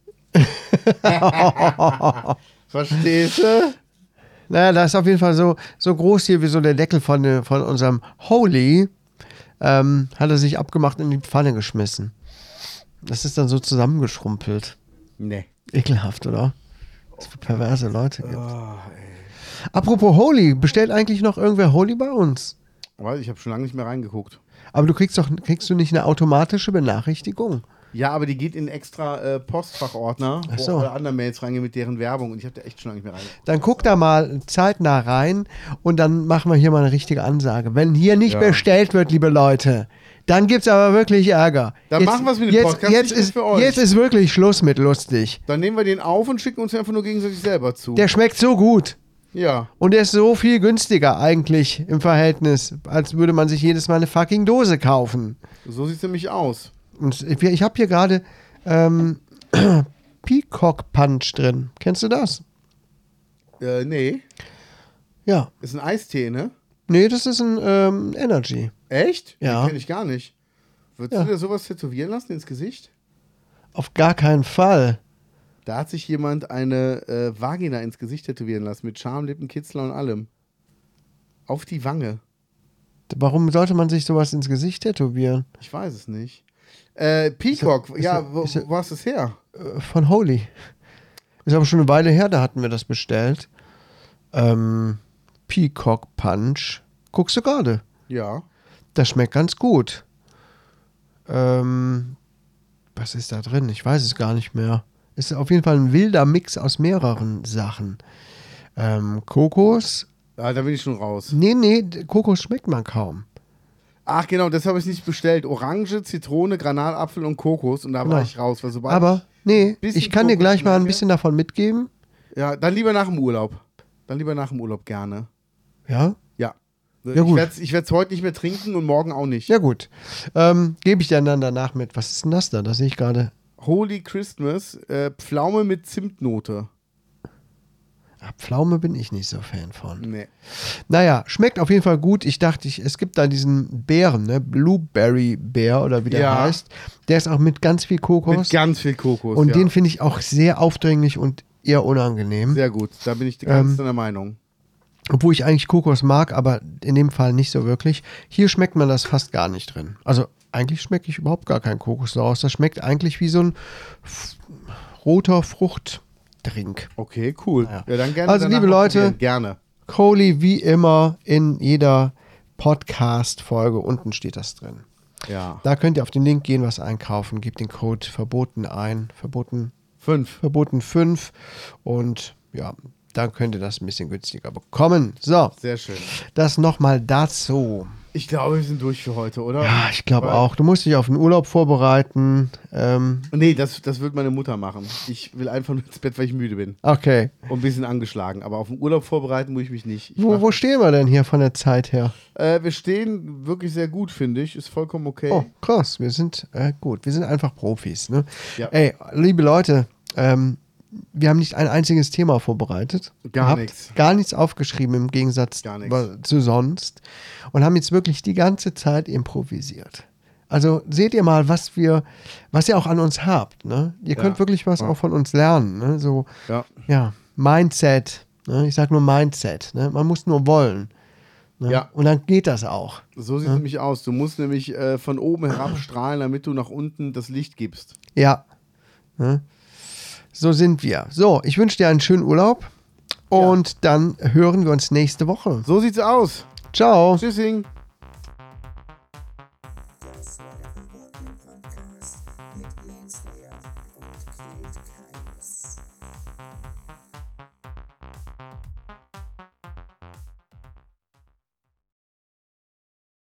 Speaker 3: Verstehst du?
Speaker 2: Naja, da ist auf jeden Fall so, so groß hier wie so der Deckel von, äh, von unserem Holy. Ähm, hat er sich abgemacht und in die Pfanne geschmissen. Das ist dann so zusammengeschrumpelt.
Speaker 3: Nee.
Speaker 2: Ekelhaft, oder? Dass es perverse Leute gibt.
Speaker 3: Ah,
Speaker 2: Apropos Holy, bestellt eigentlich noch irgendwer Holy bei uns?
Speaker 3: Weiß ich habe schon lange nicht mehr reingeguckt.
Speaker 2: Aber du kriegst doch kriegst du nicht eine automatische Benachrichtigung.
Speaker 3: Ja, aber die geht in extra äh, Postfachordner,
Speaker 2: Ach so.
Speaker 3: wo alle anderen Mails reingehen mit deren Werbung. Und ich habe da echt schon lange nicht mehr rein.
Speaker 2: Dann guck da mal zeitnah rein und dann machen wir hier mal eine richtige Ansage. Wenn hier nicht
Speaker 3: Ja.
Speaker 2: bestellt wird, liebe Leute, dann gibt's aber wirklich Ärger.
Speaker 3: Dann machen wir's mit dem
Speaker 2: jetzt,
Speaker 3: Podcast
Speaker 2: jetzt
Speaker 3: nicht
Speaker 2: ist,
Speaker 3: für euch.
Speaker 2: Jetzt ist wirklich Schluss mit lustig.
Speaker 3: Dann nehmen wir den auf und schicken uns einfach nur gegenseitig selber zu.
Speaker 2: Der schmeckt so gut.
Speaker 3: ja.
Speaker 2: Und der ist so viel günstiger eigentlich im Verhältnis, als würde man sich jedes Mal eine fucking Dose kaufen.
Speaker 3: So sieht es nämlich aus.
Speaker 2: Und ich ich habe hier gerade ähm, Peacock Punch drin. Kennst du das?
Speaker 3: Äh, nee.
Speaker 2: Ja.
Speaker 3: Ist ein Eistee, ne?
Speaker 2: Nee, das ist ein ähm, Energy.
Speaker 3: Echt?
Speaker 2: Ja.
Speaker 3: Den kenne ich gar nicht. Würdest
Speaker 2: Ja.
Speaker 3: du dir sowas tätowieren lassen ins Gesicht?
Speaker 2: Auf gar keinen Fall.
Speaker 3: Da hat sich jemand eine äh, Vagina ins Gesicht tätowieren lassen. Mit Charme, Lippen, Kitzler und allem. Auf die Wange.
Speaker 2: Warum sollte man sich sowas ins Gesicht tätowieren?
Speaker 3: Ich weiß es nicht. Äh, Peacock.
Speaker 2: Ist er-
Speaker 3: ja,
Speaker 2: ist er-
Speaker 3: wo,
Speaker 2: ist er-
Speaker 3: wo hast du es her?
Speaker 2: Äh, Von Holy. Ist aber schon eine Weile her, da hatten wir das bestellt. Ähm, Peacock Punch. Guckst du gerade?
Speaker 3: Ja.
Speaker 2: Das schmeckt ganz gut. Ähm, was ist da drin? Ich weiß es gar nicht mehr. Ist auf jeden Fall ein wilder Mix aus mehreren Sachen. Ähm, Kokos.
Speaker 3: Ah, da bin ich schon raus.
Speaker 2: Nee, nee, d- Kokos schmeckt man kaum.
Speaker 3: Ach genau, das habe ich nicht bestellt. Orange, Zitrone, Granatapfel und Kokos. Und da
Speaker 2: Genau.
Speaker 3: war ich raus. Weil sobald
Speaker 2: Aber, nee,
Speaker 3: bisschen
Speaker 2: ich kann dir
Speaker 3: Kokos
Speaker 2: gleich mal ein
Speaker 3: schmecke.
Speaker 2: bisschen davon mitgeben.
Speaker 3: Ja, dann lieber nach dem Urlaub. Dann lieber nach dem Urlaub gerne.
Speaker 2: Ja?
Speaker 3: Ja.
Speaker 2: Ja, gut.
Speaker 3: Ich werde es heute nicht mehr trinken und morgen auch nicht.
Speaker 2: Ja, gut. Ähm, Gebe ich dir dann danach mit. Was ist denn das da? Das sehe ich gerade.
Speaker 3: Holy Christmas, äh, Pflaume mit Zimtnote.
Speaker 2: Ah, Pflaume bin ich nicht so Fan von.
Speaker 3: Nee.
Speaker 2: Naja, schmeckt auf jeden Fall gut. Ich dachte, ich, es gibt da diesen Bären, ne? Blueberry Bär oder wie der
Speaker 3: Ja.
Speaker 2: heißt. Der ist auch mit ganz viel Kokos.
Speaker 3: Mit ganz viel Kokos.
Speaker 2: und
Speaker 3: ja.
Speaker 2: den finde ich auch sehr aufdringlich und eher unangenehm.
Speaker 3: Sehr gut, da bin ich ganz
Speaker 2: Ähm,
Speaker 3: deiner Meinung.
Speaker 2: Obwohl ich eigentlich Kokos mag, aber in dem Fall nicht so wirklich. Hier schmeckt man das fast gar nicht drin. Also eigentlich schmecke ich überhaupt gar keinen Kokos daraus. Das schmeckt eigentlich wie so ein f- roter Fruchtdrink.
Speaker 3: Okay, cool. Ja, dann gerne
Speaker 2: Also,
Speaker 3: danach
Speaker 2: liebe
Speaker 3: mal
Speaker 2: Leute,
Speaker 3: probieren. gerne.
Speaker 2: Coley, wie immer, in jeder Podcast-Folge unten steht das drin.
Speaker 3: Ja.
Speaker 2: Da könnt ihr auf den Link gehen, was einkaufen, gebt den Code verboten ein, verboten
Speaker 3: Fünf.
Speaker 2: verboten 5 und ja, dann könnt ihr das ein bisschen günstiger bekommen. So,
Speaker 3: Sehr schön.
Speaker 2: das nochmal dazu.
Speaker 3: Ich glaube, wir sind durch für heute, oder?
Speaker 2: Ja, ich glaube
Speaker 3: Weil-
Speaker 2: auch, du musst dich auf den Urlaub vorbereiten. Ähm,
Speaker 3: Nee, das, das wird meine Mutter machen. Ich will einfach nur ins Bett, weil ich müde bin.
Speaker 2: okay,
Speaker 3: Und ein bisschen angeschlagen. Aber auf den Urlaub vorbereiten muss ich mich nicht. Ich
Speaker 2: wo, wo stehen wir denn hier von der Zeit her?
Speaker 3: Äh, wir stehen wirklich sehr gut, finde ich. Ist vollkommen okay.
Speaker 2: Oh, krass. Wir sind äh, gut. Wir sind einfach Profis. Ne?
Speaker 3: Ja.
Speaker 2: Ey, liebe Leute, ähm, wir haben nicht ein einziges Thema vorbereitet.
Speaker 3: Gar
Speaker 2: Ihr habt
Speaker 3: nichts.
Speaker 2: Gar nichts aufgeschrieben im Gegensatz
Speaker 3: Gar nichts.
Speaker 2: wa- zu sonst. Und haben jetzt wirklich die ganze Zeit improvisiert. Also seht ihr mal, was wir, was ihr auch an uns habt. Ne? Ihr
Speaker 3: Ja.
Speaker 2: könnt wirklich was
Speaker 3: Ja.
Speaker 2: auch von uns lernen. Ne? So,
Speaker 3: Ja.
Speaker 2: ja, Mindset. Ne? Ich sag nur Mindset. Ne? Man muss nur wollen. Ne?
Speaker 3: Ja.
Speaker 2: Und dann geht das auch.
Speaker 3: So sieht es nämlich aus. Du musst nämlich äh, von oben herab strahlen, damit du nach unten das Licht gibst.
Speaker 2: Ja. Ne? So sind wir. So, ich wünsche dir einen schönen Urlaub und dann hören wir uns nächste Woche.
Speaker 3: So sieht's aus.
Speaker 2: Ciao.
Speaker 3: Tschüssing.
Speaker 9: Mit Lance Lehr und Knut Kreis.